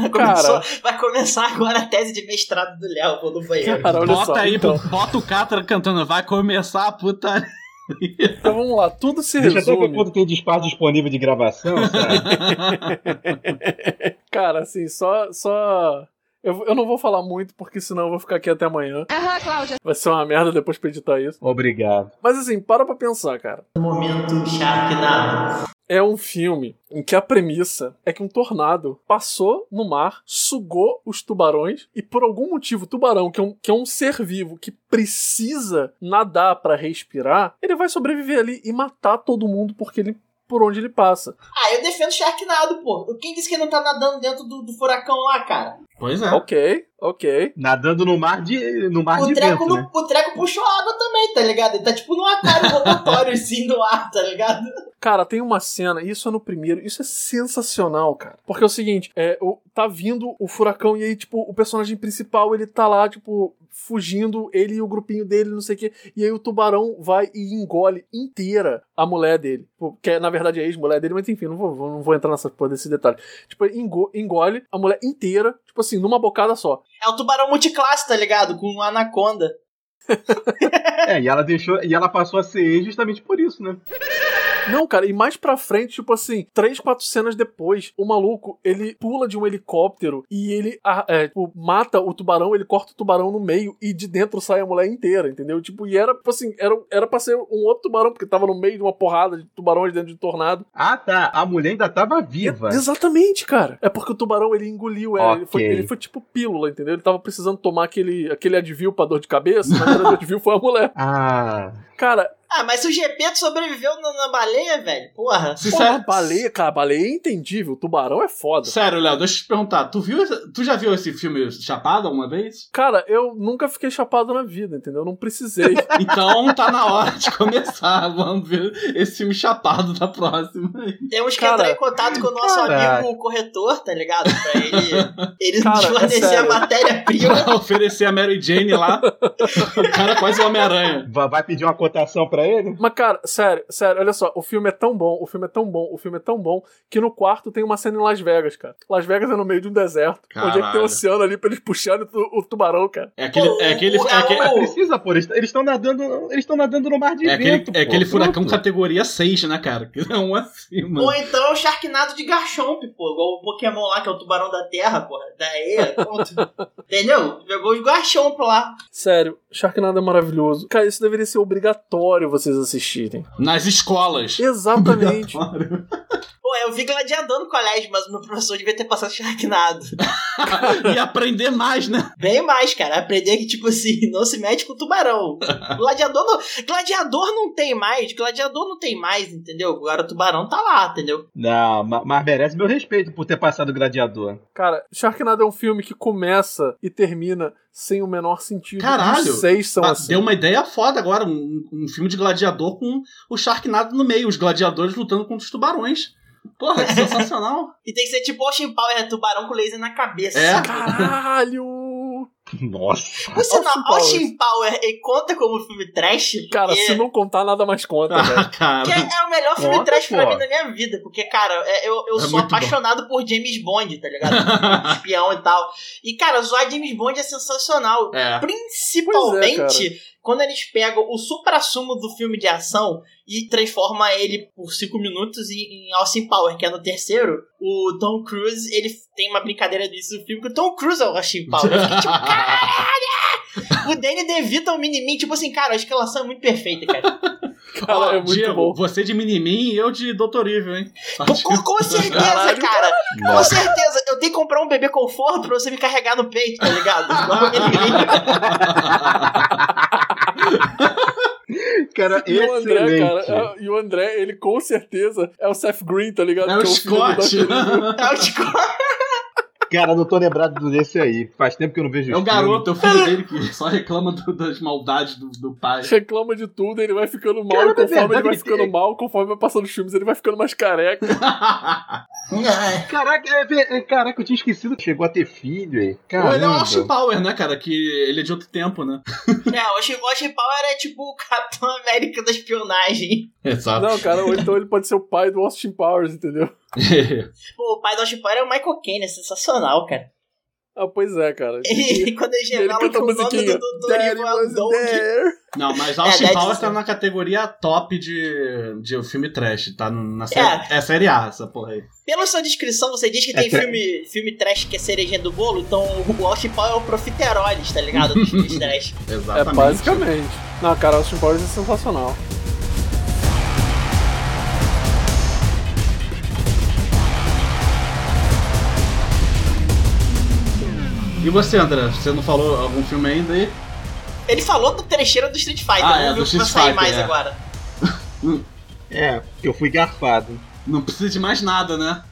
[SPEAKER 3] Vai
[SPEAKER 1] cara,
[SPEAKER 3] começar- vai começar agora a tese de mestrado do Léo, vou no banheiro.
[SPEAKER 1] cara, olha
[SPEAKER 4] Bota
[SPEAKER 1] só.
[SPEAKER 4] aí,
[SPEAKER 1] então,
[SPEAKER 4] bota o Catra cantando. Vai começar a puta.
[SPEAKER 1] então vamos lá, tudo se
[SPEAKER 2] Deixa eu até ver
[SPEAKER 1] resume.
[SPEAKER 2] quanto tem de espaço disponível de gravação, sabe?
[SPEAKER 1] Cara, assim, só. só... Eu, eu não vou falar muito, porque senão eu vou ficar aqui até amanhã.
[SPEAKER 6] Aham, Cláudia.
[SPEAKER 1] Vai ser uma merda depois pra editar isso.
[SPEAKER 2] Obrigado.
[SPEAKER 1] Mas assim, para pra pensar, cara.
[SPEAKER 3] Momento Sharknado.
[SPEAKER 1] É um filme em que a premissa é que um tornado passou no mar, sugou os tubarões e por algum motivo o tubarão, que é um, que é um ser vivo que precisa nadar pra respirar, ele vai sobreviver ali e matar todo mundo porque ele por onde ele passa.
[SPEAKER 3] Ah, eu defendo Sharknado, pô. Quem disse que não tá nadando dentro do, do furacão lá, cara?
[SPEAKER 4] Pois é.
[SPEAKER 1] Ok, ok.
[SPEAKER 2] Nadando no mar de, no
[SPEAKER 1] Tá
[SPEAKER 2] mar
[SPEAKER 3] O
[SPEAKER 2] de
[SPEAKER 3] treco,
[SPEAKER 2] vento,
[SPEAKER 3] não-
[SPEAKER 2] né?
[SPEAKER 3] o treco puxou água também, tá ligado? Ele tá tipo num aquário rotatório assim no ar, tá ligado?
[SPEAKER 1] Cara, tem uma cena, isso é no primeiro, isso é sensacional, cara. Porque é o seguinte, é, o- tá vindo o furacão e aí, tipo, o personagem principal, ele tá lá, tipo, fugindo, ele e o grupinho dele, não sei o quê. E aí o tubarão vai e engole inteira a mulher dele. Tipo, Que, é, na verdade, é a ex-mulher dele, mas enfim, não vou, vou- não vou entrar nessa porra desse detalhe. Tipo, engo- engole a mulher inteira, tipo assim, numa bocada só.
[SPEAKER 3] É o tubarão multiclasse, tá ligado? Com uma anaconda.
[SPEAKER 2] É, e ela deixou. E ela passou a ser ex justamente por isso, né?
[SPEAKER 1] Não, cara, e mais pra frente, tipo assim, três, quatro cenas depois, o maluco, ele pula de um helicóptero e ele ah, é, tipo, mata o tubarão, ele corta o tubarão no meio e de dentro sai a mulher inteira, entendeu? Tipo, e era, tipo assim, era, era pra ser um outro tubarão, porque tava no meio de uma porrada de tubarões dentro de um tornado.
[SPEAKER 2] Ah, tá. A mulher ainda tava viva.
[SPEAKER 1] É- exatamente, cara. É porque o tubarão, ele engoliu ela, ele, foi,
[SPEAKER 2] Ok.
[SPEAKER 1] ele foi tipo pílula, entendeu? Ele tava precisando tomar aquele, aquele advil pra dor de cabeça, mas o advil foi a mulher.
[SPEAKER 2] Ah.
[SPEAKER 1] Cara,
[SPEAKER 3] Ah, mas se o Gepeto sobreviveu na, na baleia, velho, porra.
[SPEAKER 1] porra,
[SPEAKER 4] Sincero-
[SPEAKER 1] baleia, cara, baleia é entendível, tubarão é foda.
[SPEAKER 4] Sério, Léo, deixa eu te perguntar. Tu, viu, esse- tu já viu esse filme Chapado alguma vez?
[SPEAKER 1] Cara, eu nunca fiquei chapado na vida, entendeu? Eu Não precisei.
[SPEAKER 4] Então tá na hora de começar. Vamos ver esse filme chapado da próxima.
[SPEAKER 3] Temos que
[SPEAKER 1] Cara,
[SPEAKER 3] entrar em contato com o nosso
[SPEAKER 2] caraca.
[SPEAKER 3] amigo corretor, tá ligado? Pra ele, ele
[SPEAKER 1] Cara,
[SPEAKER 3] nos
[SPEAKER 1] é
[SPEAKER 3] fornecer a
[SPEAKER 1] sério.
[SPEAKER 3] matéria-prima.
[SPEAKER 4] Pra oferecer a Mary Jane lá. O cara é quase o Homem-Aranha.
[SPEAKER 2] Va- Vai pedir uma cotação pra ele?
[SPEAKER 1] Mas, cara, sério, sério, olha só, o filme é tão bom, o filme é tão bom, o filme é tão bom, que no quarto tem uma cena em Las Vegas, cara. Las Vegas é no meio de um deserto, onde é que tem
[SPEAKER 4] Caralho.
[SPEAKER 1] um oceano ali pra eles puxarem o, tu- o tubarão, cara.
[SPEAKER 4] É aquele, é aquele,
[SPEAKER 3] O- o-
[SPEAKER 4] é
[SPEAKER 1] um
[SPEAKER 4] aquele,
[SPEAKER 3] o-
[SPEAKER 2] Precisa, pô. Eles eles estão nadando. Eles estão nadando no mar de
[SPEAKER 4] é aquele,
[SPEAKER 2] vento.
[SPEAKER 4] é aquele
[SPEAKER 2] pô.
[SPEAKER 4] furacão
[SPEAKER 2] Pronto.
[SPEAKER 4] categoria 6, né, cara? Que é um
[SPEAKER 3] Ou
[SPEAKER 4] acima.
[SPEAKER 3] então é o Sharknado de Garchomp, pô. Igual o Pokémon lá, que é o tubarão da terra, porra. Daí, pronto. Entendeu? Jogou os Garchomp lá.
[SPEAKER 1] Sério, Sharknado é maravilhoso. Cara, isso deveria ser obrigatório vocês assistirem.
[SPEAKER 4] Nas escolas.
[SPEAKER 1] Exatamente.
[SPEAKER 3] Pô, eu vi gladiador no colégio, mas o meu professor devia ter passado Sharknado.
[SPEAKER 4] e aprender mais, né?
[SPEAKER 3] Bem mais, cara. Aprender que, tipo assim, não se mete com o tubarão. Gladiador não, gladiador não tem mais. Gladiador não tem mais, entendeu? Agora o tubarão tá lá, entendeu?
[SPEAKER 2] Não, ma- mas merece meu respeito por ter passado o gladiador.
[SPEAKER 1] Cara, Sharknado é um filme que começa e termina sem o menor sentido.
[SPEAKER 4] Caralho.
[SPEAKER 1] Os seis são
[SPEAKER 4] Ah,
[SPEAKER 1] assim.
[SPEAKER 4] Deu uma ideia foda agora. Um, um filme de gladiador com o Sharknado no meio. Os gladiadores lutando contra os tubarões. Porra, que sensacional.
[SPEAKER 3] E tem que ser tipo Ocean Power, né? tubarão com laser na cabeça.
[SPEAKER 4] É.
[SPEAKER 1] Caralho!
[SPEAKER 2] Nossa.
[SPEAKER 3] Por sinal,
[SPEAKER 1] É? Austin Powers.
[SPEAKER 3] Austin Power ele conta como filme trash?
[SPEAKER 1] Cara,
[SPEAKER 3] porque-
[SPEAKER 4] É.
[SPEAKER 1] se não contar, nada mais conta, velho.
[SPEAKER 4] Ah, cara.
[SPEAKER 3] que é, é o melhor filme
[SPEAKER 2] Conta,
[SPEAKER 3] trash pra
[SPEAKER 2] pô.
[SPEAKER 3] mim da minha vida, porque, cara, é- eu, eu
[SPEAKER 4] É
[SPEAKER 3] sou
[SPEAKER 4] muito bom.
[SPEAKER 3] apaixonado por James Bond, tá ligado? Espião e tal. E, cara, zoar James Bond é sensacional.
[SPEAKER 4] é.
[SPEAKER 1] Pois é,
[SPEAKER 3] Principalmente quando eles pegam o supra-sumo do filme de ação e transforma ele por cinco minutos em, em Austin Power, que é no terceiro. O Tom Cruise, ele tem uma brincadeira disso no filme, que o Tom Cruise é o Austin Power. Eu fiquei tipo, o Danny DeVito é um mini-min. Tipo assim, cara, a escalação é muito perfeita, cara.
[SPEAKER 1] Cara,
[SPEAKER 4] Ó,
[SPEAKER 1] é muito
[SPEAKER 4] Diego,
[SPEAKER 1] bom.
[SPEAKER 4] Você de Minimin e eu de Doutor Evil, hein?
[SPEAKER 3] Com, com certeza,
[SPEAKER 1] Caralho,
[SPEAKER 3] cara. Com
[SPEAKER 2] Nossa.
[SPEAKER 3] certeza, eu tenho que comprar um bebê conforto pra você me carregar no peito, tá ligado? Igual aquele vídeo.
[SPEAKER 2] Cara,
[SPEAKER 1] E o André,
[SPEAKER 2] excelente.
[SPEAKER 1] cara, é- e o André, ele com certeza é o Seth Green, tá ligado?
[SPEAKER 4] É
[SPEAKER 1] Que
[SPEAKER 4] o
[SPEAKER 1] filho do
[SPEAKER 4] Scott.
[SPEAKER 1] Dr. Evil.
[SPEAKER 3] É o tipo,
[SPEAKER 2] Cara, não tô lembrado desse aí. Faz tempo que eu não vejo
[SPEAKER 4] É o
[SPEAKER 2] filme.
[SPEAKER 4] garoto, é o filho dele que só reclama do- das maldades do, do pai.
[SPEAKER 1] reclama de tudo, ele vai ficando mal,
[SPEAKER 2] Cara,
[SPEAKER 1] e conforme
[SPEAKER 2] é verdade
[SPEAKER 1] ele vai
[SPEAKER 2] que-
[SPEAKER 1] ficando mal, conforme vai passando os filmes, ele vai ficando mais careca.
[SPEAKER 3] Ai,
[SPEAKER 2] Caraca, é ver- é, caraca, eu tinha esquecido que chegou a ter filho aí. Caramba.
[SPEAKER 4] Ele é o Austin Power, né, cara? Que ele é de outro tempo, né?
[SPEAKER 3] É, o Austin- o Austin Power é tipo o Capitão América da espionagem.
[SPEAKER 4] Exato.
[SPEAKER 1] Não, cara, ou então ele pode ser o pai do Austin Powers, entendeu?
[SPEAKER 3] Pô, o pai do Austin Power é o Michael Caine, é sensacional, cara.
[SPEAKER 1] Ah, pois é, cara.
[SPEAKER 3] E quando ele
[SPEAKER 1] ele
[SPEAKER 3] revela que
[SPEAKER 1] canta a
[SPEAKER 3] o nome
[SPEAKER 1] musiquinha.
[SPEAKER 3] do doutor
[SPEAKER 1] Daddy
[SPEAKER 3] Ivo é
[SPEAKER 1] was
[SPEAKER 3] o Doug.
[SPEAKER 1] there.
[SPEAKER 4] Não, mas Austin
[SPEAKER 3] É,
[SPEAKER 4] Power
[SPEAKER 3] deve
[SPEAKER 4] tá
[SPEAKER 3] ser.
[SPEAKER 4] na categoria top de, de filme trash, tá no- na série, é. série A, essa porra aí.
[SPEAKER 3] Pela sua descrição, você diz que tem
[SPEAKER 2] tra-
[SPEAKER 3] filme, filme trash que é cerejinha do bolo, então o Austin Power é o profiteroles, tá ligado? Dos filmes trash.
[SPEAKER 1] É,
[SPEAKER 4] Exatamente.
[SPEAKER 1] basicamente. Não, cara, Austin Powers é sensacional.
[SPEAKER 4] E você, André? Você não falou algum filme ainda aí?
[SPEAKER 3] Ele falou do trecheiro do Street Fighter,
[SPEAKER 4] Ah, é,
[SPEAKER 3] não viu
[SPEAKER 4] do
[SPEAKER 3] que vai
[SPEAKER 4] Street
[SPEAKER 3] sair
[SPEAKER 4] Fighter,
[SPEAKER 3] mais
[SPEAKER 4] é.
[SPEAKER 3] agora.
[SPEAKER 2] É, eu fui garfado.
[SPEAKER 4] Não precisa de mais nada, né?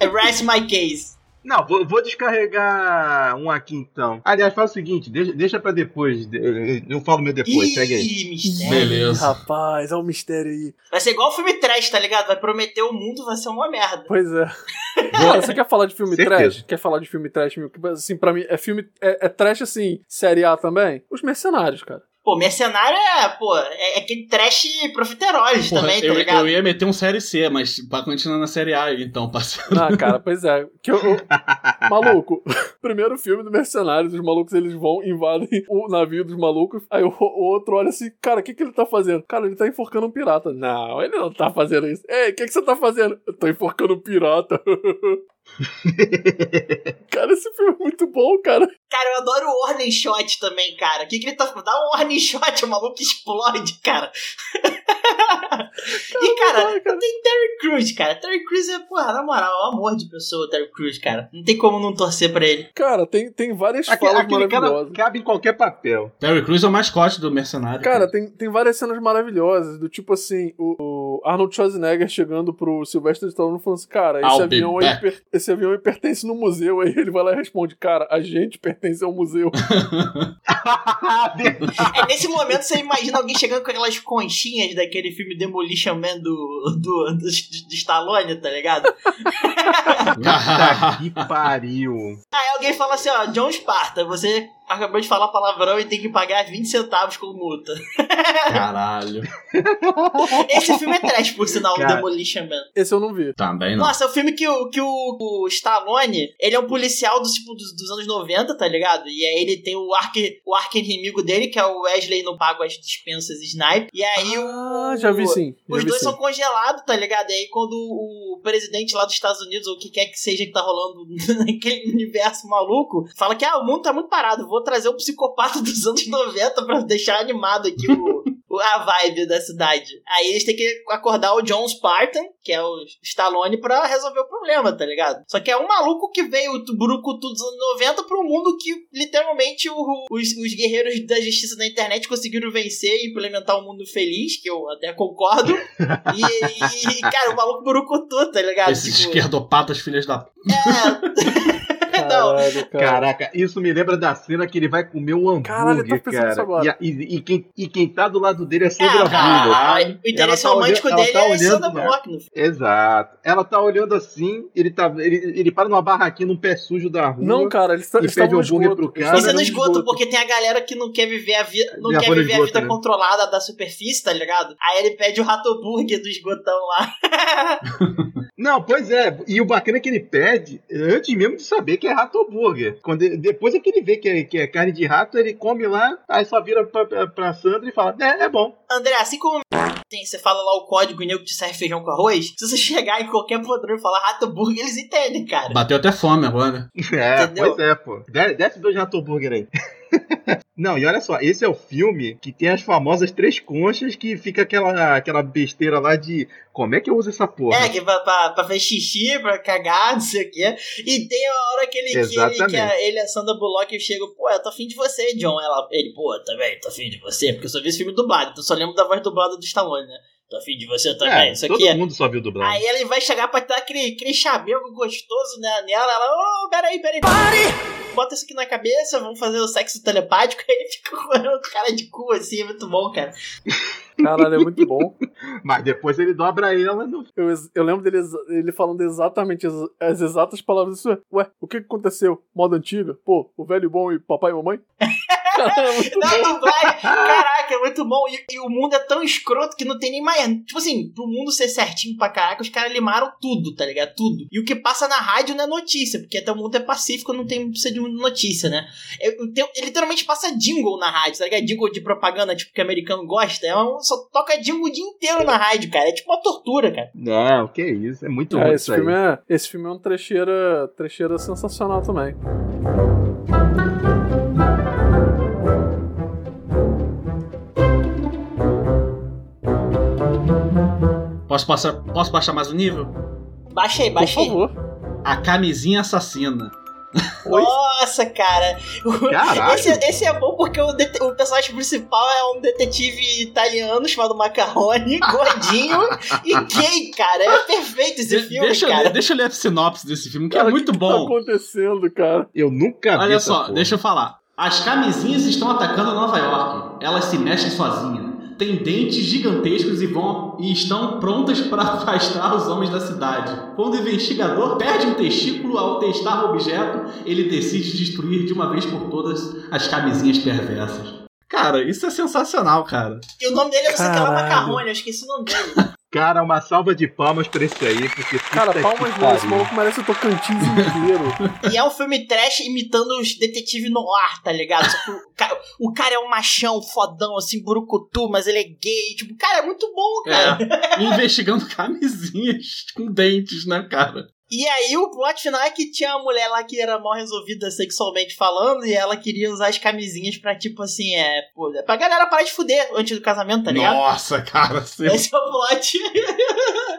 [SPEAKER 3] É Rest My Case.
[SPEAKER 2] Não, vou, vou descarregar um aqui então. Aliás, faz o seguinte, deixa, deixa pra depois. de- eu- Eu falo meu depois,
[SPEAKER 3] Ih,
[SPEAKER 2] segue aí.
[SPEAKER 3] mistério.
[SPEAKER 4] Beleza.
[SPEAKER 1] Rapaz, é um mistério aí.
[SPEAKER 3] Vai ser igual o filme trash, tá ligado? Vai prometer o mundo, vai ser uma merda.
[SPEAKER 1] Pois é. Cara, você quer falar de filme
[SPEAKER 2] Certeza.
[SPEAKER 1] trash? Quer falar de filme trash? meu? Que, Assim, pra mim, é filme. É, é trash, assim, série A também? Os mercenários, cara.
[SPEAKER 3] Pô, mercenário é, pô, é é aquele trash profiteroles
[SPEAKER 4] Porra,
[SPEAKER 3] também, tá
[SPEAKER 4] eu,
[SPEAKER 3] ligado?
[SPEAKER 4] eu ia meter um série C, mas pra continuar na série A, então, parceiro.
[SPEAKER 1] Ah, cara, pois é. Que eu, eu- Maluco, primeiro filme do Mercenários, os malucos eles vão, invadem o navio dos malucos. Aí o, o outro olha assim, cara, o que, que ele tá fazendo? Cara, ele tá enforcando um pirata. Não, ele não tá fazendo isso. Ei, o que, que você tá fazendo? Eu tô enforcando um pirata. cara, esse filme é muito bom, cara.
[SPEAKER 3] Cara, eu adoro o Warning Shot também, cara. O que, que ele tá. Dá um Warning Shot, o maluco explode, cara. e, cara,
[SPEAKER 1] vai, Ah, cara.
[SPEAKER 3] tem Terry Crews, cara. Terry Crews é, porra, na moral, é um amor de pessoa, o Terry Crews, cara. Não tem como não torcer pra ele.
[SPEAKER 1] Cara, tem, tem várias
[SPEAKER 2] Aque-
[SPEAKER 1] falas
[SPEAKER 2] aquele cara
[SPEAKER 1] maravilhosas.
[SPEAKER 2] cabe em qualquer papel.
[SPEAKER 4] Terry Crews é o mascote do Mercenário.
[SPEAKER 1] Cara, tem, tem várias cenas maravilhosas, do tipo assim, o, o Arnold Schwarzenegger chegando pro Sylvester Stallone falando assim, cara, esse
[SPEAKER 4] I'll be
[SPEAKER 1] avião, aí,
[SPEAKER 4] back.
[SPEAKER 1] per- esse avião aí pertence no museu, aí ele vai lá e responde, cara, a gente pertence ao museu.
[SPEAKER 3] É nesse momento você imagina alguém chegando com aquelas conchinhas daquele filme Demolition Man do, do, do, de Stallone, tá ligado?
[SPEAKER 1] tá-
[SPEAKER 2] Puta que pariu.
[SPEAKER 3] Aí alguém fala assim, ó, John Sparta, você acabou de falar palavrão e tem que pagar 20 centavos com multa.
[SPEAKER 4] Caralho.
[SPEAKER 3] Esse filme é trash, por sinal, o
[SPEAKER 2] Cara.
[SPEAKER 3] Demolition Man.
[SPEAKER 1] Esse eu não vi.
[SPEAKER 4] Também não.
[SPEAKER 3] Nossa, é o filme que, o, que o, o Stallone, ele é um policial do, tipo, dos, dos anos 90, tá ligado? E aí ele tem o arque, o arque inimigo dele, que é o Wesley não paga as dispensas e snipe. E aí o...
[SPEAKER 1] Ah, já vi sim. Já
[SPEAKER 3] Os
[SPEAKER 1] vi
[SPEAKER 3] dois
[SPEAKER 1] sim.
[SPEAKER 3] são congelados, tá ligado? E aí quando o presidente lá dos Estados Unidos, ou o que quer que seja que tá rolando naquele universo maluco, fala que ah, o mundo tá muito parado, vou trazer o psicopata dos anos 90 pra deixar animado aqui o. o- A vibe da cidade. Aí eles têm que acordar o John Spartan, que é o Stallone, pra resolver o problema, tá ligado? Só que é um maluco que veio do Brucutu dos anos 90 pro mundo que literalmente o- os, os guerreiros da justiça na internet conseguiram vencer e implementar um mundo feliz, que eu até concordo. E, e, cara, o maluco burucutu, tá ligado?
[SPEAKER 4] Esses
[SPEAKER 3] Tipo,
[SPEAKER 4] esquerdopatas, filhas da.
[SPEAKER 3] é, não.
[SPEAKER 1] Caralho, cara.
[SPEAKER 2] Caraca, isso me lembra da cena que ele vai comer o hambúrguer,
[SPEAKER 1] Caralho, eu tô pensando
[SPEAKER 2] cara.
[SPEAKER 1] nisso agora.
[SPEAKER 2] E, a- e- e quem, e quem tá do lado dele é Sandra
[SPEAKER 3] Ah,
[SPEAKER 2] Bullock.
[SPEAKER 3] cara, o
[SPEAKER 2] Ela
[SPEAKER 3] interesse
[SPEAKER 2] tá
[SPEAKER 3] romântico
[SPEAKER 2] olhando- ela
[SPEAKER 3] dele
[SPEAKER 2] tá
[SPEAKER 3] é
[SPEAKER 2] olhando,
[SPEAKER 3] Sandra
[SPEAKER 2] né?
[SPEAKER 3] Bullock. no filme.
[SPEAKER 2] Exato. Ela tá olhando assim, ele, tá, ele, ele para numa barraquinha num pé sujo da rua.
[SPEAKER 1] Não, cara, eles, tá-
[SPEAKER 2] E
[SPEAKER 1] eles
[SPEAKER 2] pede
[SPEAKER 1] estavam no
[SPEAKER 2] hambúrguer
[SPEAKER 1] esgoto.
[SPEAKER 2] tá pro
[SPEAKER 1] eles
[SPEAKER 2] cara.
[SPEAKER 1] estavam
[SPEAKER 3] Isso é no
[SPEAKER 2] no
[SPEAKER 3] esgoto,
[SPEAKER 2] esgoto.
[SPEAKER 3] porque tem a galera que não quer viver a vida, não
[SPEAKER 2] Já
[SPEAKER 3] quer
[SPEAKER 2] foi no
[SPEAKER 3] viver a
[SPEAKER 2] esgoto,
[SPEAKER 3] vida
[SPEAKER 2] né?
[SPEAKER 3] controlada da superfície, tá ligado? Aí ele pede o rato burger do esgotão lá.
[SPEAKER 2] Não, pois é. E o bacana é que ele pede, antes mesmo de saber que é rato hambúrguer. Quando ele- depois é que ele vê que é, que é carne de rato, ele come lá, aí só vira pra, pra, pra Sandra e fala: É, é bom.
[SPEAKER 3] André, assim como tem, você fala lá o código e o nego te serve feijão com arroz, se você chegar em qualquer podrão e falar rato burger, eles entendem, cara.
[SPEAKER 4] Bateu até fome agora.
[SPEAKER 2] É,
[SPEAKER 3] Entendeu?
[SPEAKER 2] pois é, pô. De- Desce dois rato hambúrguer aí. Não, e olha só, esse é o filme que tem as famosas três conchas que fica aquela, aquela besteira lá de como é que eu uso essa porra?
[SPEAKER 3] É, que pra, pra, pra fazer xixi, pra cagar, não sei o quê. E tem a hora que ele, que ele, que
[SPEAKER 2] Exatamente.
[SPEAKER 3] a, ele e a Sandra Bullock chegam, pô, eu tô afim de você, John. Ela, ele, pô, eu também, tô afim de você, porque eu só vi esse filme dublado, então eu só lembro da voz dublada do Stallone, né? Tô afim de você também, isso
[SPEAKER 2] todo
[SPEAKER 3] aqui é.
[SPEAKER 2] mundo né? só viu dublado.
[SPEAKER 3] Aí ele vai chegar pra dar aquele, aquele chamego gostoso né, nela, ela, ô, peraí, peraí, Bota isso aqui na cabeça, vamos fazer o sexo telepático, aí ele fica com a cara de cu assim, é muito bom, cara.
[SPEAKER 1] Caralho, é muito bom.
[SPEAKER 2] Mas depois ele dobra ela no.
[SPEAKER 1] Eu, ex- eu lembro dele, exa- ele falando exatamente as, as exatas palavras. Isso é, ué, o que que aconteceu? Moda antiga? Pô, o velho bom e papai e mamãe? Caralho, é muito
[SPEAKER 3] Na
[SPEAKER 1] bom.
[SPEAKER 3] dublagem, caraca, é muito bom. E, e o mundo é tão escroto que não tem nem mais. Tipo assim, pro mundo ser certinho pra caraca, os caras limaram tudo, tá ligado? Tudo. E o que passa na rádio não é notícia, porque até o mundo é pacífico, não tem precisa de notícia, né? É, eu tenho- ele literalmente passa jingle na rádio, tá ligado? Jingle de propaganda, tipo, que americano gosta. É um- só toca jingle o dia inteiro na rádio, cara. É tipo uma tortura, cara.
[SPEAKER 2] Não, que isso, é muito
[SPEAKER 1] É,
[SPEAKER 2] ruim
[SPEAKER 1] esse,
[SPEAKER 2] isso aí.
[SPEAKER 1] filme é, esse filme é um trecheira, trecheira sensacional também.
[SPEAKER 4] Posso, passar, posso baixar mais um nível?
[SPEAKER 3] Baixa aí,
[SPEAKER 1] Por
[SPEAKER 3] baixa aí.
[SPEAKER 1] favor.
[SPEAKER 4] A camisinha assassina.
[SPEAKER 3] Nossa, cara.
[SPEAKER 2] Caralho.
[SPEAKER 3] Esse, esse é bom porque o, det- o personagem principal é um detetive italiano chamado Macarrone, gordinho e gay, cara. É perfeito esse
[SPEAKER 4] De-
[SPEAKER 3] filme,
[SPEAKER 4] deixa, eu
[SPEAKER 3] cara.
[SPEAKER 4] ler, deixa eu ler a sinopse desse filme, que
[SPEAKER 1] Cara,
[SPEAKER 4] é muito
[SPEAKER 1] O que tá
[SPEAKER 4] bom.
[SPEAKER 1] acontecendo, cara?
[SPEAKER 2] Eu nunca vi.
[SPEAKER 4] Olha
[SPEAKER 2] essa
[SPEAKER 4] só,
[SPEAKER 2] porra.
[SPEAKER 4] deixa eu falar. As camisinhas estão atacando Nova York. Elas se mexem sozinhas. Têm dentes gigantescos e vão e estão prontas para afastar os homens da cidade. Quando o investigador perde um testículo ao testar o objeto, ele decide destruir de uma vez por todas as camisinhas perversas. Cara, isso é sensacional, cara.
[SPEAKER 3] E o nome dele eu sei que é
[SPEAKER 1] Caralho.
[SPEAKER 3] Macarrone, eu esqueci o nome dele.
[SPEAKER 2] Cara, uma salva de palmas pra esse aí, porque. puta
[SPEAKER 1] Cara,
[SPEAKER 2] que
[SPEAKER 1] palmas não,
[SPEAKER 2] pariu.
[SPEAKER 1] esse maluco merece o Tocantins inteiro.
[SPEAKER 3] E é um filme trash imitando os detetives no ar, tá ligado? Só que o, cara, o cara é um machão fodão, assim, burucutu, mas ele é gay. Tipo, cara, é muito bom, cara.
[SPEAKER 4] É, investigando camisinhas com dentes, né, cara?
[SPEAKER 3] E aí o plot final é que tinha uma mulher lá que era mal resolvida sexualmente falando e ela queria usar as camisinhas pra tipo assim, é, pô, é pra galera parar de fuder antes do casamento, tá ligado?
[SPEAKER 4] Nossa, cara. você-
[SPEAKER 3] Esse é o plot.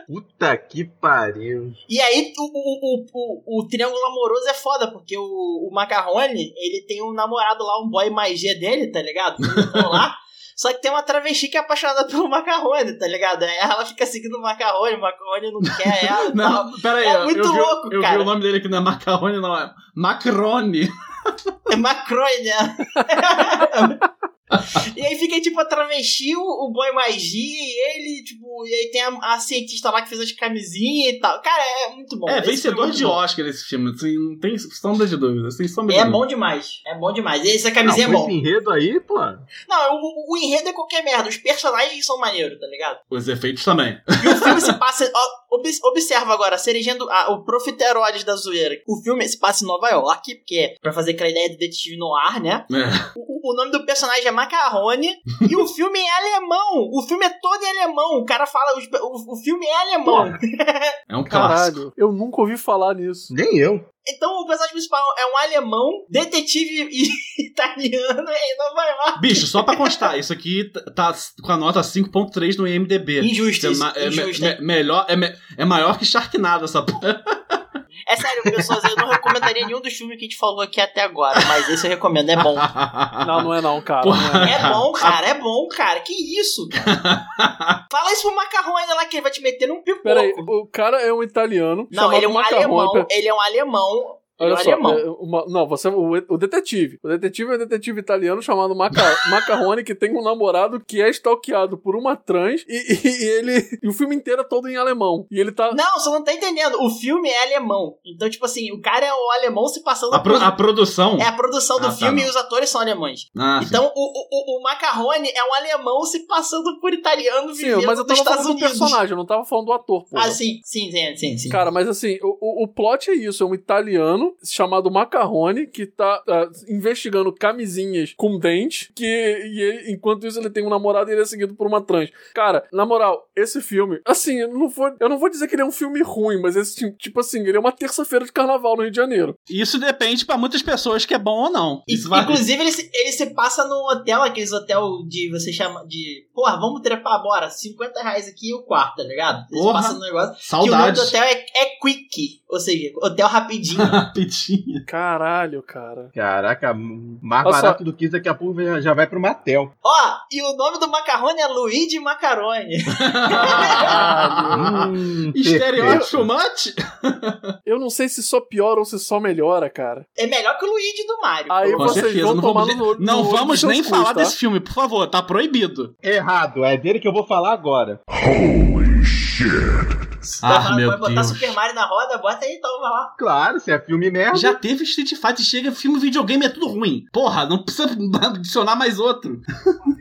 [SPEAKER 2] Puta que pariu.
[SPEAKER 3] E aí o, o, o, o, o triângulo amoroso é foda, porque o, o Macarrone, ele tem um namorado lá, um boy magia dele, tá ligado? Então, lá. Só que tem uma travesti que é apaixonada pelo Macarrone, tá ligado? Aí ela fica seguindo o Macarrone, o Macarrone não quer ela. e tal.
[SPEAKER 4] Não, pera aí.
[SPEAKER 3] É
[SPEAKER 4] eu-
[SPEAKER 3] muito
[SPEAKER 4] eu vi,
[SPEAKER 3] louco,
[SPEAKER 4] eu
[SPEAKER 3] cara.
[SPEAKER 4] vi o nome dele aqui não é Macarrone, não é Macrone.
[SPEAKER 3] É Macroy, né? e aí fica tipo a travesti, o, o boy magia e ele, tipo, e aí tem a, a cientista lá que fez as camisinhas e tal. Cara, é muito bom.
[SPEAKER 4] é,
[SPEAKER 3] Esse filme
[SPEAKER 4] vencedor
[SPEAKER 3] muito
[SPEAKER 4] de
[SPEAKER 3] bom.
[SPEAKER 4] Oscar esse filme. Assim, não tem sombra de dúvida. Sem sombra de
[SPEAKER 3] É
[SPEAKER 4] dúvida.
[SPEAKER 3] bom demais, é bom demais. E Essa
[SPEAKER 2] Não,
[SPEAKER 3] camisinha
[SPEAKER 2] com
[SPEAKER 3] é
[SPEAKER 2] esse
[SPEAKER 3] bom.
[SPEAKER 2] enredo aí, pô.
[SPEAKER 3] Não, o, o enredo é qualquer merda, os personagens são maneiros, tá ligado?
[SPEAKER 4] Os efeitos também.
[SPEAKER 3] E o filme se passa. ó, obs- observa agora, a cerejinha do. ah, o Profiteroles da Zoeira. O filme se passa em Nova York, porque é pra fazer aquela ideia do detetive no ar, né?
[SPEAKER 4] É.
[SPEAKER 3] O, o nome do personagem é Macarrone e o filme é alemão. O filme é todo em alemão. O cara fala. os- O, o filme é alemão.
[SPEAKER 4] É um clássico.
[SPEAKER 1] Caralho, eu nunca ouvi falar nisso.
[SPEAKER 2] Nem eu.
[SPEAKER 3] Então o personagem principal é um alemão, detetive e- italiano em Nova York.
[SPEAKER 4] Bicho, só pra constar, isso aqui t- tá com a nota 5.3 no IMDB.
[SPEAKER 3] Injusto,
[SPEAKER 4] Isso é
[SPEAKER 3] isso,
[SPEAKER 4] ma- é, me-
[SPEAKER 3] injusto.
[SPEAKER 4] me- melhor, é, me- é maior que Sharknado essa porra.
[SPEAKER 3] É sério, pessoas, eu não recomendaria nenhum dos filmes que a gente falou aqui até agora, mas esse eu recomendo, é bom.
[SPEAKER 2] Ah.
[SPEAKER 1] Não, não é não, cara.
[SPEAKER 4] Porra.
[SPEAKER 1] não é não.
[SPEAKER 3] É bom, cara, é bom, cara. Que isso? cara? Fala isso pro Macarrone lá que ele vai te meter num pipoco.
[SPEAKER 1] Pera aí, o cara é um italiano
[SPEAKER 3] Não,
[SPEAKER 1] chamado
[SPEAKER 3] ele é um
[SPEAKER 1] Macarrone.
[SPEAKER 3] alemão, ele é um alemão Ele
[SPEAKER 1] Olha
[SPEAKER 3] é
[SPEAKER 1] só,
[SPEAKER 3] alemão.
[SPEAKER 1] é, uma- não, você o, o detetive. O detetive é um detetive italiano chamado Maca, Macarrone, que tem um namorado que é stalkeado por uma trans e, e- e ele. E o filme inteiro é todo em alemão. E ele tá.
[SPEAKER 3] Não, você não tá entendendo. O filme é alemão. Então, tipo assim, o cara é o alemão se passando
[SPEAKER 4] A, pro-
[SPEAKER 3] por-
[SPEAKER 4] a produção.
[SPEAKER 3] É a produção do
[SPEAKER 4] Ah, tá,
[SPEAKER 3] filme
[SPEAKER 4] não.
[SPEAKER 3] e os atores são alemães.
[SPEAKER 4] Ah, sim.
[SPEAKER 3] Então, o, o, o- o Macarrone é um alemão se passando por
[SPEAKER 1] Sim,
[SPEAKER 3] italiano vivendo
[SPEAKER 1] assim, mas eu tava
[SPEAKER 3] nos Estados
[SPEAKER 1] falando do
[SPEAKER 3] Unidos.
[SPEAKER 1] personagem, eu não tava falando do ator, pô.
[SPEAKER 3] Ah, sim, sim, sim, sim. sim.
[SPEAKER 1] Cara, mas assim, o, o- o plot é isso: é um italiano chamado Macarrone que tá ah, investigando camisinhas com dente, que e ele- enquanto isso ele tem um namorado e ele é seguido por uma trans. Cara, na moral, esse filme, assim, eu não vou, eu não vou dizer que ele é um filme ruim, mas esse ti- tipo assim, ele é uma terça-feira de carnaval no Rio de Janeiro.
[SPEAKER 4] Isso depende pra muitas pessoas que é bom ou não.
[SPEAKER 3] então- E-
[SPEAKER 4] Isso vai-
[SPEAKER 3] Inclusive, ele se, ele se passa num hotel, aqueles hotel de você chama de. Porra, vamos trepar, bora. 50 reais aqui e o quarto, tá ligado? Ele se
[SPEAKER 4] Porra.
[SPEAKER 3] passa no negócio. Que o nome do
[SPEAKER 4] Saudades.
[SPEAKER 3] hotel é, é Quick, ou seja, hotel rapidinho.
[SPEAKER 4] Rapidinho.
[SPEAKER 1] Caralho, cara.
[SPEAKER 2] Caraca, mais
[SPEAKER 1] Olha só.
[SPEAKER 2] barato do que isso, daqui a pouco já- já vai pro Matel.
[SPEAKER 3] Ó, e o nome do macarrone é Luigi Macarone.
[SPEAKER 2] Hum,
[SPEAKER 4] Estereótipo mate?
[SPEAKER 1] Eu não sei se só piora ou se só melhora, cara.
[SPEAKER 3] É melhor que o Luigi do Mario.
[SPEAKER 1] Aí
[SPEAKER 4] Com
[SPEAKER 1] vocês
[SPEAKER 4] certeza.
[SPEAKER 1] vão
[SPEAKER 4] Não
[SPEAKER 1] tomar
[SPEAKER 4] vamos,
[SPEAKER 1] no olho-
[SPEAKER 4] não
[SPEAKER 1] no olho
[SPEAKER 4] vamos
[SPEAKER 1] dos
[SPEAKER 4] nem
[SPEAKER 1] seus cus,
[SPEAKER 4] falar
[SPEAKER 1] tá?
[SPEAKER 4] desse filme, por favor. Tá proibido.
[SPEAKER 2] Errado, é dele que eu vou falar agora.
[SPEAKER 3] Você
[SPEAKER 4] Ah,
[SPEAKER 3] vai-
[SPEAKER 4] meu
[SPEAKER 3] vai botar
[SPEAKER 4] Deus.
[SPEAKER 3] Super Mario na roda, bota aí, então vai lá.
[SPEAKER 2] Claro, se é filme merda.
[SPEAKER 4] Já teve Street Fighter, chega filme videogame, é tudo ruim. Porra, não precisa adicionar mais outro.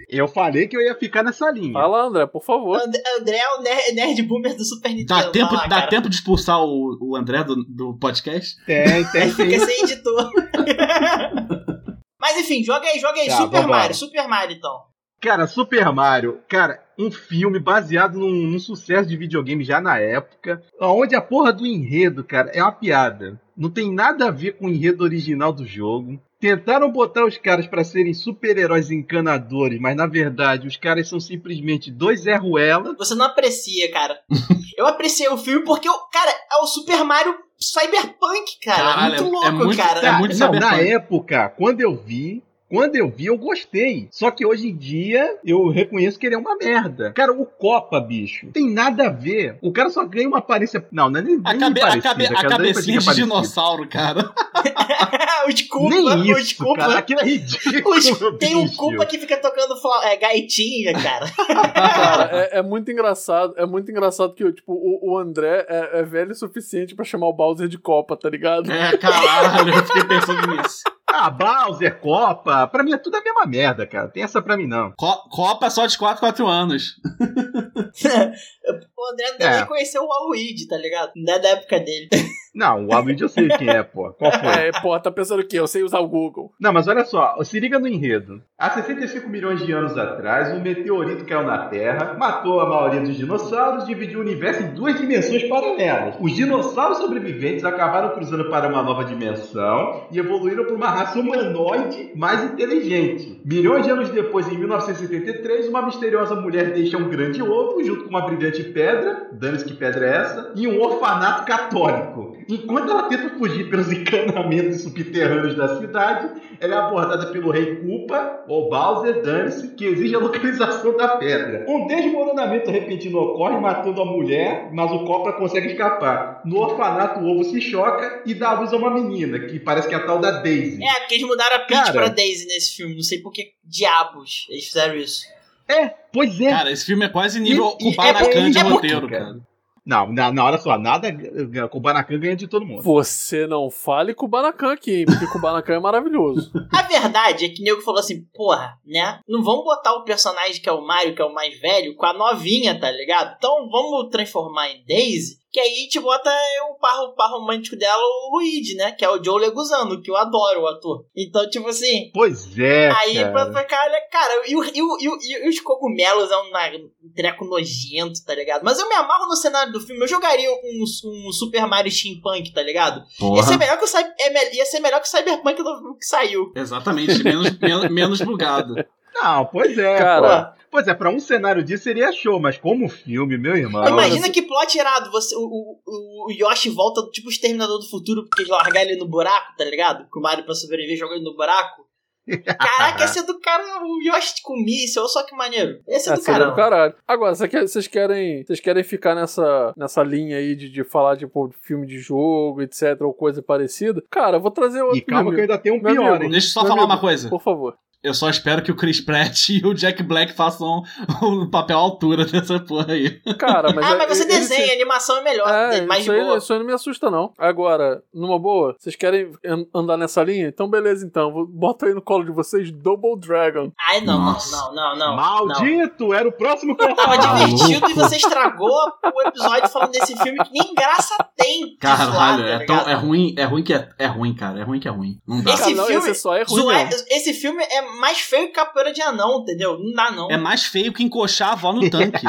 [SPEAKER 2] Eu falei que eu ia ficar nessa linha.
[SPEAKER 1] Fala, André, por favor.
[SPEAKER 3] And- André é o ner- nerd boomer do Super Nintendo.
[SPEAKER 4] Dá, tempo,
[SPEAKER 3] vai lá,
[SPEAKER 4] dá
[SPEAKER 3] cara.
[SPEAKER 4] tempo de expulsar o, o André do, do podcast?
[SPEAKER 2] Tem, tem sim.
[SPEAKER 3] Fica sem editor. Mas enfim, joga aí, joga aí.
[SPEAKER 2] Tá,
[SPEAKER 3] Super
[SPEAKER 2] vambora.
[SPEAKER 3] Mario, Super Mario então.
[SPEAKER 2] Cara, Super Mario, cara, um filme baseado num, num sucesso de videogame já na época, onde a porra do enredo, cara, é uma piada. Não tem nada a ver com o enredo original do jogo. Tentaram botar os caras pra serem super-heróis encanadores, mas na verdade os caras são simplesmente dois erruela.
[SPEAKER 3] Você não aprecia, cara. Eu apreciei o filme porque, eu, cara, é o Super Mario Cyberpunk, cara.
[SPEAKER 4] Caralho,
[SPEAKER 3] é muito
[SPEAKER 4] é-
[SPEAKER 3] louco,
[SPEAKER 4] é muito-
[SPEAKER 3] cara.
[SPEAKER 4] é
[SPEAKER 2] Tá,
[SPEAKER 4] muito
[SPEAKER 2] não, na
[SPEAKER 4] cyberpunk.
[SPEAKER 2] época, quando eu vi, quando eu vi eu gostei. Só que hoje em dia eu reconheço que ele é uma merda. Cara, o Copa, bicho, tem nada a ver. O cara só ganha uma aparência, não, não é nem,
[SPEAKER 4] A,
[SPEAKER 2] nem
[SPEAKER 4] cabe, a,
[SPEAKER 2] parecida,
[SPEAKER 4] cabe, a
[SPEAKER 2] cara, não é nem
[SPEAKER 4] cabecinha de
[SPEAKER 2] parecida.
[SPEAKER 4] dinossauro, cara.
[SPEAKER 3] o desculpa,
[SPEAKER 2] Nem
[SPEAKER 3] o
[SPEAKER 2] isso,
[SPEAKER 3] desculpa.
[SPEAKER 2] cara. Aquilo é ridículo.
[SPEAKER 3] Tem um
[SPEAKER 2] bicho.
[SPEAKER 3] culpa que fica tocando fla- é, gaitinha, cara.
[SPEAKER 1] Cara, é, é muito engraçado. É muito engraçado que tipo, o, o André é, é velho o suficiente pra chamar o Bowser de Copa, tá ligado?
[SPEAKER 4] É, caralho, eu fiquei pensando nisso.
[SPEAKER 2] Ah, Bowser, Copa, pra mim é tudo a mesma merda, cara. Tem essa pra mim, não.
[SPEAKER 4] Co- Copa só de 4, 4 anos.
[SPEAKER 3] o André não deve
[SPEAKER 2] É.
[SPEAKER 3] nem conhecer o Waluigi, tá ligado? Não é da época dele.
[SPEAKER 2] Não, o Aluíde eu sei quem é, pô. Qual foi?
[SPEAKER 1] É, pô, tá pensando o quê? Eu sei usar o Google.
[SPEAKER 2] Não, mas olha só, se liga no enredo. Há 65 milhões de anos atrás, um meteorito caiu na Terra, matou a maioria dos dinossauros, dividiu o universo em duas dimensões paralelas. Os dinossauros sobreviventes acabaram cruzando para uma nova dimensão e evoluíram para uma raça humanoide mais inteligente. Milhões de anos depois, em 1973, uma misteriosa mulher deixa um grande ovo junto com uma brilhante pedra, dane-se que pedra é essa, e um orfanato católico. Enquanto ela tenta fugir pelos encanamentos subterrâneos da cidade, ela é abordada pelo rei Koopa, ou Bowser Dance, que exige a localização da pedra. Um desmoronamento repentino ocorre, matando a mulher, mas o Copra consegue escapar. No orfanato, o ovo se choca e dá à luz a uma menina, que parece que é a tal da Daisy.
[SPEAKER 3] É, porque eles mudaram a Peach
[SPEAKER 2] Cara.
[SPEAKER 3] pra Daisy nesse filme. Não sei por que diabos eles fizeram isso.
[SPEAKER 2] Pois é.
[SPEAKER 4] Cara, esse filme é quase nível
[SPEAKER 2] E- e-
[SPEAKER 4] Kubanacan
[SPEAKER 3] é-
[SPEAKER 4] de
[SPEAKER 3] é- é-
[SPEAKER 4] roteiro,
[SPEAKER 2] cara.
[SPEAKER 4] cara.
[SPEAKER 2] Não, na, na hora só, nada. eh, Kubanacan ganha de todo mundo.
[SPEAKER 1] Você não fale Kubanacan aqui, hein, porque Kubanacan é maravilhoso.
[SPEAKER 3] A verdade é que o nego falou assim, porra, né? Não vamos botar o personagem que é o Mario, que é o mais velho, com a novinha, tá ligado? Então vamos transformar em Daisy, que aí a gente bota o par, o par romântico dela, o Luigi, né? Que é o Joe Leguzano, que eu adoro o ator. Então, tipo assim,
[SPEAKER 2] Pois é.
[SPEAKER 3] Aí,
[SPEAKER 2] cara.
[SPEAKER 3] pra pra cara, cara, e, o- e o- e o- e os cogumelos é um, na- um treco nojento, tá ligado? Mas eu me amarro no cenário do filme, eu jogaria um, um Super Mario Steampunk, tá ligado? Ia ser, melhor que o, Cy- é mel- ia ser melhor que o Cyberpunk do, que saiu.
[SPEAKER 4] Exatamente, menos, menos, menos bugado.
[SPEAKER 2] Não, pois é.
[SPEAKER 1] Cara.
[SPEAKER 2] pô. Pois é, pra um cenário disso seria show, mas como filme, meu irmão.
[SPEAKER 3] Imagina que plot irado, você, o, o- o, o Yoshi volta tipo o Exterminador do Futuro, porque eles largaram ele no buraco, tá ligado? Com o Mario pra sobreviver jogando no buraco. Caraca, esse é do cara, o Yoshi com míssil, olha só que maneiro. Esse é do
[SPEAKER 1] Essa é do
[SPEAKER 3] caramba.
[SPEAKER 1] caralho. Agora, você quer- vocês querem, vocês querem ficar nessa, nessa linha aí de, de falar, tipo, de filme de jogo, etc, ou coisa parecida? Cara, eu vou trazer outro.
[SPEAKER 2] E calma
[SPEAKER 1] meu
[SPEAKER 2] que eu
[SPEAKER 1] amigo.
[SPEAKER 2] ainda tenho um
[SPEAKER 1] Meu
[SPEAKER 2] pior,
[SPEAKER 1] amigo.
[SPEAKER 2] hein?
[SPEAKER 4] Deixa eu só
[SPEAKER 1] Meu
[SPEAKER 4] falar
[SPEAKER 1] amigo,
[SPEAKER 4] uma coisa.
[SPEAKER 1] Por favor.
[SPEAKER 4] Eu só espero que o Chris Pratt e o Jack Black façam o papel à altura dessa porra aí.
[SPEAKER 1] Cara, mas...
[SPEAKER 3] ah,
[SPEAKER 1] é-
[SPEAKER 3] mas você
[SPEAKER 1] ele- ele
[SPEAKER 3] desenha, a animação é melhor,
[SPEAKER 1] É,
[SPEAKER 3] mais de
[SPEAKER 1] isso, aí,
[SPEAKER 3] boa.
[SPEAKER 1] isso aí não me assusta, não. Agora, numa boa, vocês querem an- andar nessa linha? Então, beleza, então. Vou- Bota aí no colo de vocês Double Dragon.
[SPEAKER 3] Ai, não, não,
[SPEAKER 4] Nossa.
[SPEAKER 3] não, não, não. não.
[SPEAKER 2] Maldito, era o próximo que eu ia
[SPEAKER 3] Tava
[SPEAKER 2] falar.
[SPEAKER 3] divertido e você estragou o episódio falando desse filme que nem graça tem. Zoado,
[SPEAKER 4] Caralho,
[SPEAKER 3] tá
[SPEAKER 4] é, tão,
[SPEAKER 3] ligado?
[SPEAKER 4] é ruim, é ruim que é, é ruim, cara. É ruim que é ruim. Não dá.
[SPEAKER 3] Esse
[SPEAKER 1] Cara, não,
[SPEAKER 3] filme
[SPEAKER 1] esse só é ruim
[SPEAKER 3] Zoar-
[SPEAKER 1] mesmo.
[SPEAKER 3] esse filme é mais feio que capoeira de anão, entendeu? Não dá, não.
[SPEAKER 4] É mais feio que encoxar a avó no tanque.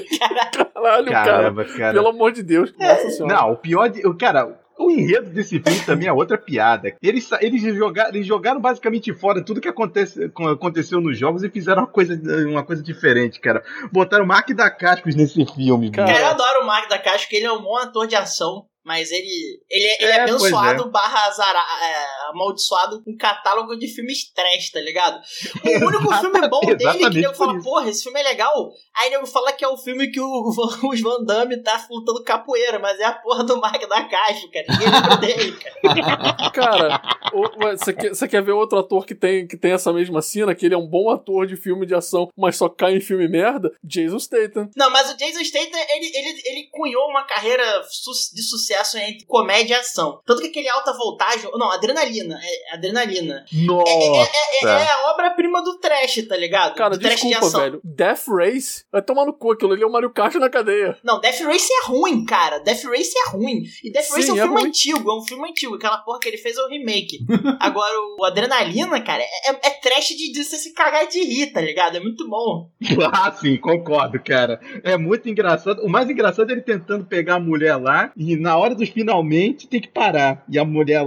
[SPEAKER 1] Caralho, cara.
[SPEAKER 2] Caramba, cara.
[SPEAKER 1] Pelo amor de Deus. Nossa senhora.
[SPEAKER 2] Não, o pior de. o- Cara, o enredo desse filme também é outra piada. Eles, sa- eles, jogaram, eles jogaram basicamente fora tudo que acontece, co- aconteceu nos jogos e fizeram uma coisa, uma coisa diferente, cara. Botaram Mark da Cascos nesse filme,
[SPEAKER 1] Cara,
[SPEAKER 2] bicho.
[SPEAKER 3] Cara, eu adoro o Mark da Caixa, que ele é um bom ator de ação, mas ele, ele, é- ele é,
[SPEAKER 2] É, pois
[SPEAKER 3] abençoado barra azara, é, amaldiçoado com um catálogo de filmes trash, tá ligado? O único filme bom dele que
[SPEAKER 2] exatamente
[SPEAKER 3] nego
[SPEAKER 2] por
[SPEAKER 3] fala,
[SPEAKER 2] isso.
[SPEAKER 3] porra, esse filme é legal. Aí nego fala que é o filme que o, Van- os Van Damme tá lutando capoeira, mas é a porra do Mark da Caixa, cara. Ninguém lembra dele, cara.
[SPEAKER 1] Cara, o- ué, você quer, você quer ver outro ator que tem, que tem essa mesma cena? Que ele é um bom ator de filme de ação, mas só cai em filme merda? Jason Statham.
[SPEAKER 3] Não, mas o Jason Statham, ele, ele, ele cunhou uma carreira su- de sucesso entre comédia e ação. Tanto que aquele alta voltagem... Não, adrenalina. É, adrenalina.
[SPEAKER 2] Nossa.
[SPEAKER 3] É, é a obra-prima do trash, tá ligado?
[SPEAKER 1] Cara,
[SPEAKER 3] do trash de
[SPEAKER 1] desculpa,
[SPEAKER 3] ação.
[SPEAKER 1] velho. Death Race? Vai tomar no cu aquilo ali, é o Mario Kart na cadeia.
[SPEAKER 3] Não, Death Race é ruim, cara. Death Race é ruim. E Death Race é um
[SPEAKER 1] Sim, é
[SPEAKER 3] filme
[SPEAKER 1] ruim.
[SPEAKER 3] antigo, é um filme antigo. Aquela porra que ele fez é o remake. Agora, o Adrenalina, cara, é, é trash de, de você se cagar de rir, tá ligado? É muito bom.
[SPEAKER 2] Ah, sim, concordo, cara. É muito engraçado. O mais engraçado é ele tentando pegar a mulher lá e na hora dos finalmente tem que parar. E a mulher,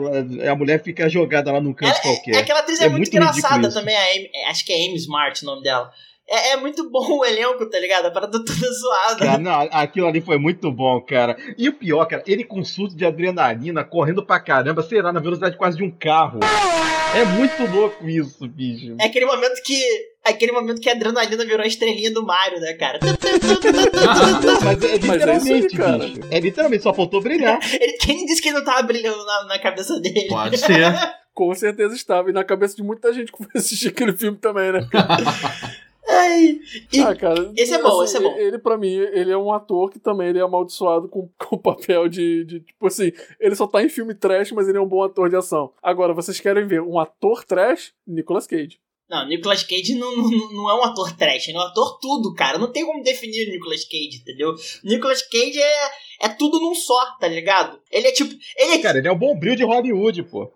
[SPEAKER 2] a mulher fica jogada lá num canto qualquer.
[SPEAKER 3] É, aquela atriz é,
[SPEAKER 2] É
[SPEAKER 3] muito
[SPEAKER 2] muito ridículo
[SPEAKER 3] engraçada
[SPEAKER 2] isso.
[SPEAKER 3] também, a Amy, é, acho que é Amy Smart o nome dela. É, é muito bom o elenco, tá ligado? A parada toda zoada.
[SPEAKER 2] Cara, não, aquilo ali foi muito bom, cara. E o pior, cara, ele com um surto de adrenalina, correndo pra caramba, sei lá, na velocidade quase de um carro. É muito louco isso, bicho.
[SPEAKER 3] É aquele momento que. é Aquele momento que a adrenalina virou a estrelinha do Mario, né, cara?
[SPEAKER 2] Mas é
[SPEAKER 1] Mas é isso aí,
[SPEAKER 2] literalmente,
[SPEAKER 1] cara.
[SPEAKER 2] bicho. É literalmente, só faltou brilhar.
[SPEAKER 3] Ele, quem disse que ele não tava brilhando na, na cabeça dele?
[SPEAKER 4] Pode ser.
[SPEAKER 1] Com certeza estava. E na cabeça de muita gente que foi assistir aquele filme também, né?
[SPEAKER 3] Ai, e-
[SPEAKER 1] Ah, cara,
[SPEAKER 3] Esse é bom, esse é bom.
[SPEAKER 1] Ele, pra mim, ele é um ator que também ele é amaldiçoado com com o papel de, de, Tipo assim, ele só tá em filme trash, mas ele é um bom ator de ação. Agora, vocês querem ver um ator trash? Nicolas Cage.
[SPEAKER 3] Não, Nicolas Cage não, não, não é um ator trash, ele é um ator tudo, cara. Não tem como definir o Nicolas Cage, entendeu? Nicolas Cage é, é tudo num só, tá ligado? Ele é tipo. Ele é,
[SPEAKER 2] Cara, ele é o bombril de Hollywood, pô.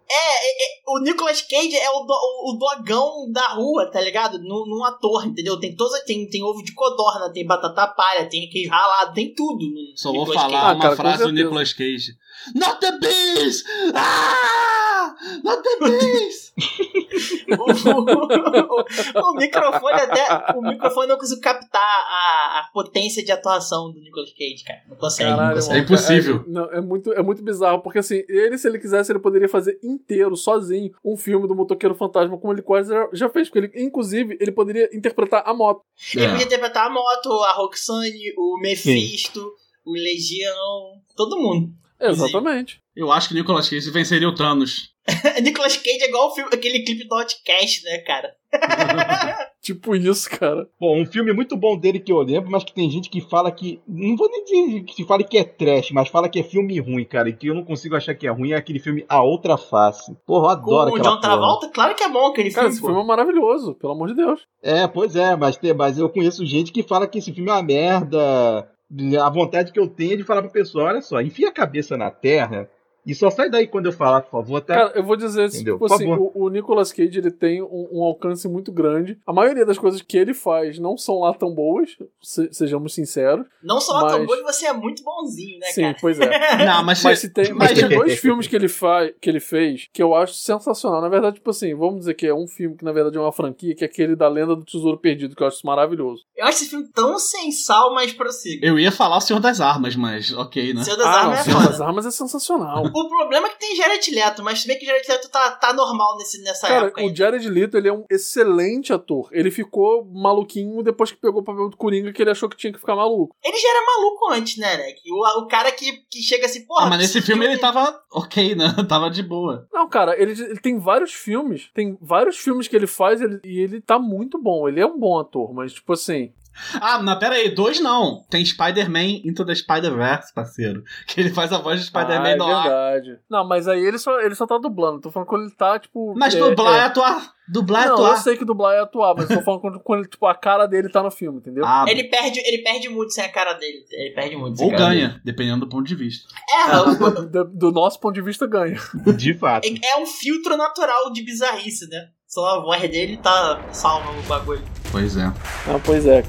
[SPEAKER 3] o Nicolas Cage é o, do, o, o dogão da rua, tá ligado? Num, num ator, entendeu? Tem, todas, tem, tem ovo de codorna, tem batata palha, tem queijo ralado, tem tudo. no
[SPEAKER 4] Só vou
[SPEAKER 3] Nicolas
[SPEAKER 4] falar
[SPEAKER 1] Ah,
[SPEAKER 4] uma
[SPEAKER 1] cara, com
[SPEAKER 4] frase do
[SPEAKER 1] certeza.
[SPEAKER 4] Nicolas Cage. Not the bees! Ah! Not the bees!
[SPEAKER 3] o, o- o microfone até. O microfone não conseguiu captar a, a potência de atuação do Nicolas Cage, cara. Não consegue.
[SPEAKER 1] Caralho,
[SPEAKER 4] é
[SPEAKER 1] mano,
[SPEAKER 4] impossível.
[SPEAKER 1] cara, não, é, muito, é muito bizarro, porque assim, ele, se ele quisesse, ele poderia fazer inteiro, sozinho, um filme do Motoqueiro Fantasma, como ele quase já- já fez, porque ele, inclusive, ele poderia interpretar a moto.
[SPEAKER 3] Ele
[SPEAKER 4] É.
[SPEAKER 3] podia interpretar a moto, a Roxane, o Mephisto, o Legião, todo mundo.
[SPEAKER 1] Exatamente.
[SPEAKER 4] Eu acho que o Nicolas Cage venceria o Thanos.
[SPEAKER 3] Nicolas Cage é igual o filme- aquele clipe do Outcast, né, cara?
[SPEAKER 1] Tipo isso, cara.
[SPEAKER 2] Bom, um filme muito bom dele que eu lembro, mas que tem gente que fala que. Não vou nem dizer que se fala que é trash, mas fala que é filme ruim, cara. E que eu não consigo achar que é ruim é aquele filme A Outra Face. Porra, eu
[SPEAKER 3] Com
[SPEAKER 2] adoro
[SPEAKER 3] o
[SPEAKER 2] aquela porra.
[SPEAKER 3] John Travolta, claro que é bom aquele
[SPEAKER 1] Cara,
[SPEAKER 3] filme.
[SPEAKER 1] esse
[SPEAKER 3] pô.
[SPEAKER 1] filme é maravilhoso, pelo amor de Deus.
[SPEAKER 2] É, pois é, mas, tem- mas eu conheço gente que fala que esse filme é uma merda. A vontade que eu tenho é de falar pro pessoal, olha só, enfia a cabeça na terra e só sai daí quando eu falar, por favor, tá?
[SPEAKER 1] Cara, eu vou dizer,
[SPEAKER 2] Entendeu?
[SPEAKER 1] tipo
[SPEAKER 2] Por
[SPEAKER 1] assim, o,
[SPEAKER 2] favor.
[SPEAKER 1] o Nicolas Cage ele tem um, um alcance muito grande. A maioria das coisas que ele faz não são lá tão boas, se- sejamos sinceros.
[SPEAKER 3] Não só
[SPEAKER 1] é mas-
[SPEAKER 3] tão bom, você é muito bonzinho, né,
[SPEAKER 1] Sim,
[SPEAKER 3] cara?
[SPEAKER 1] pois é.
[SPEAKER 4] Não, mas,
[SPEAKER 1] Mas
[SPEAKER 4] se-
[SPEAKER 1] se tem, mas tem dois filmes que ele, faz, que ele fez que eu acho sensacional. Na verdade, tipo assim, vamos dizer que é um filme que na verdade é uma franquia, que é aquele da Lenda do Tesouro Perdido, que eu acho maravilhoso.
[SPEAKER 3] Eu acho esse filme tão sem sal, mas prossiga.
[SPEAKER 4] eu ia falar o Senhor das Armas, mas ok, né?
[SPEAKER 3] Seu das
[SPEAKER 1] Ah, não,
[SPEAKER 3] Armas é
[SPEAKER 1] Senhor
[SPEAKER 3] foda.
[SPEAKER 1] das Armas é sensacional.
[SPEAKER 3] O problema é que tem Jared Leto, mas se bem que Jared Leto tá, tá normal nesse, nessa
[SPEAKER 1] Cara,
[SPEAKER 3] época aí.
[SPEAKER 1] o Jared Leto, ele é um excelente ator. Ele ficou maluquinho depois que pegou o papel do Coringa, que ele achou que tinha que ficar maluco.
[SPEAKER 3] Ele já era maluco antes, né, né? Que O, o cara que, que chega assim, porra.
[SPEAKER 4] Ah, mas nesse
[SPEAKER 3] esse
[SPEAKER 4] filme ele tava ok, né? Tava de boa.
[SPEAKER 1] Não, cara, ele, ele tem vários filmes. Tem vários filmes que ele faz ele- e ele tá muito bom. Ele é um bom ator, mas, tipo assim...
[SPEAKER 4] Ah, mas pera aí, dois não. Tem Spider-Man Into the Spider-Verse, parceiro. Que ele faz a voz de
[SPEAKER 1] ah,
[SPEAKER 4] Spider-Man
[SPEAKER 1] é
[SPEAKER 4] no ar.
[SPEAKER 1] verdade. Não, mas aí ele só, ele só tá dublando. Tô falando quando ele tá, tipo...
[SPEAKER 4] Mas
[SPEAKER 1] é-
[SPEAKER 4] dublar é,
[SPEAKER 1] é-
[SPEAKER 4] atuar. Dublar é
[SPEAKER 1] Não, eu
[SPEAKER 4] atuar.
[SPEAKER 1] sei que dublar é atuar, mas tô falando quando, quando, tipo, a cara dele tá no filme, entendeu?
[SPEAKER 4] Ah,
[SPEAKER 3] Ele perde, ele perde muito sem a cara dele. Ele é perde muito sem
[SPEAKER 4] ou
[SPEAKER 3] a cara
[SPEAKER 4] ganha, dependendo do ponto de vista.
[SPEAKER 1] Ah.
[SPEAKER 3] dele. É, o-
[SPEAKER 1] Do, do nosso ponto de vista, ganha.
[SPEAKER 2] De fato.
[SPEAKER 3] é- é um filtro natural de bizarrice, né? Só a voz dele tá salva o bagulho.
[SPEAKER 4] Pois é.
[SPEAKER 1] Ah, pois é.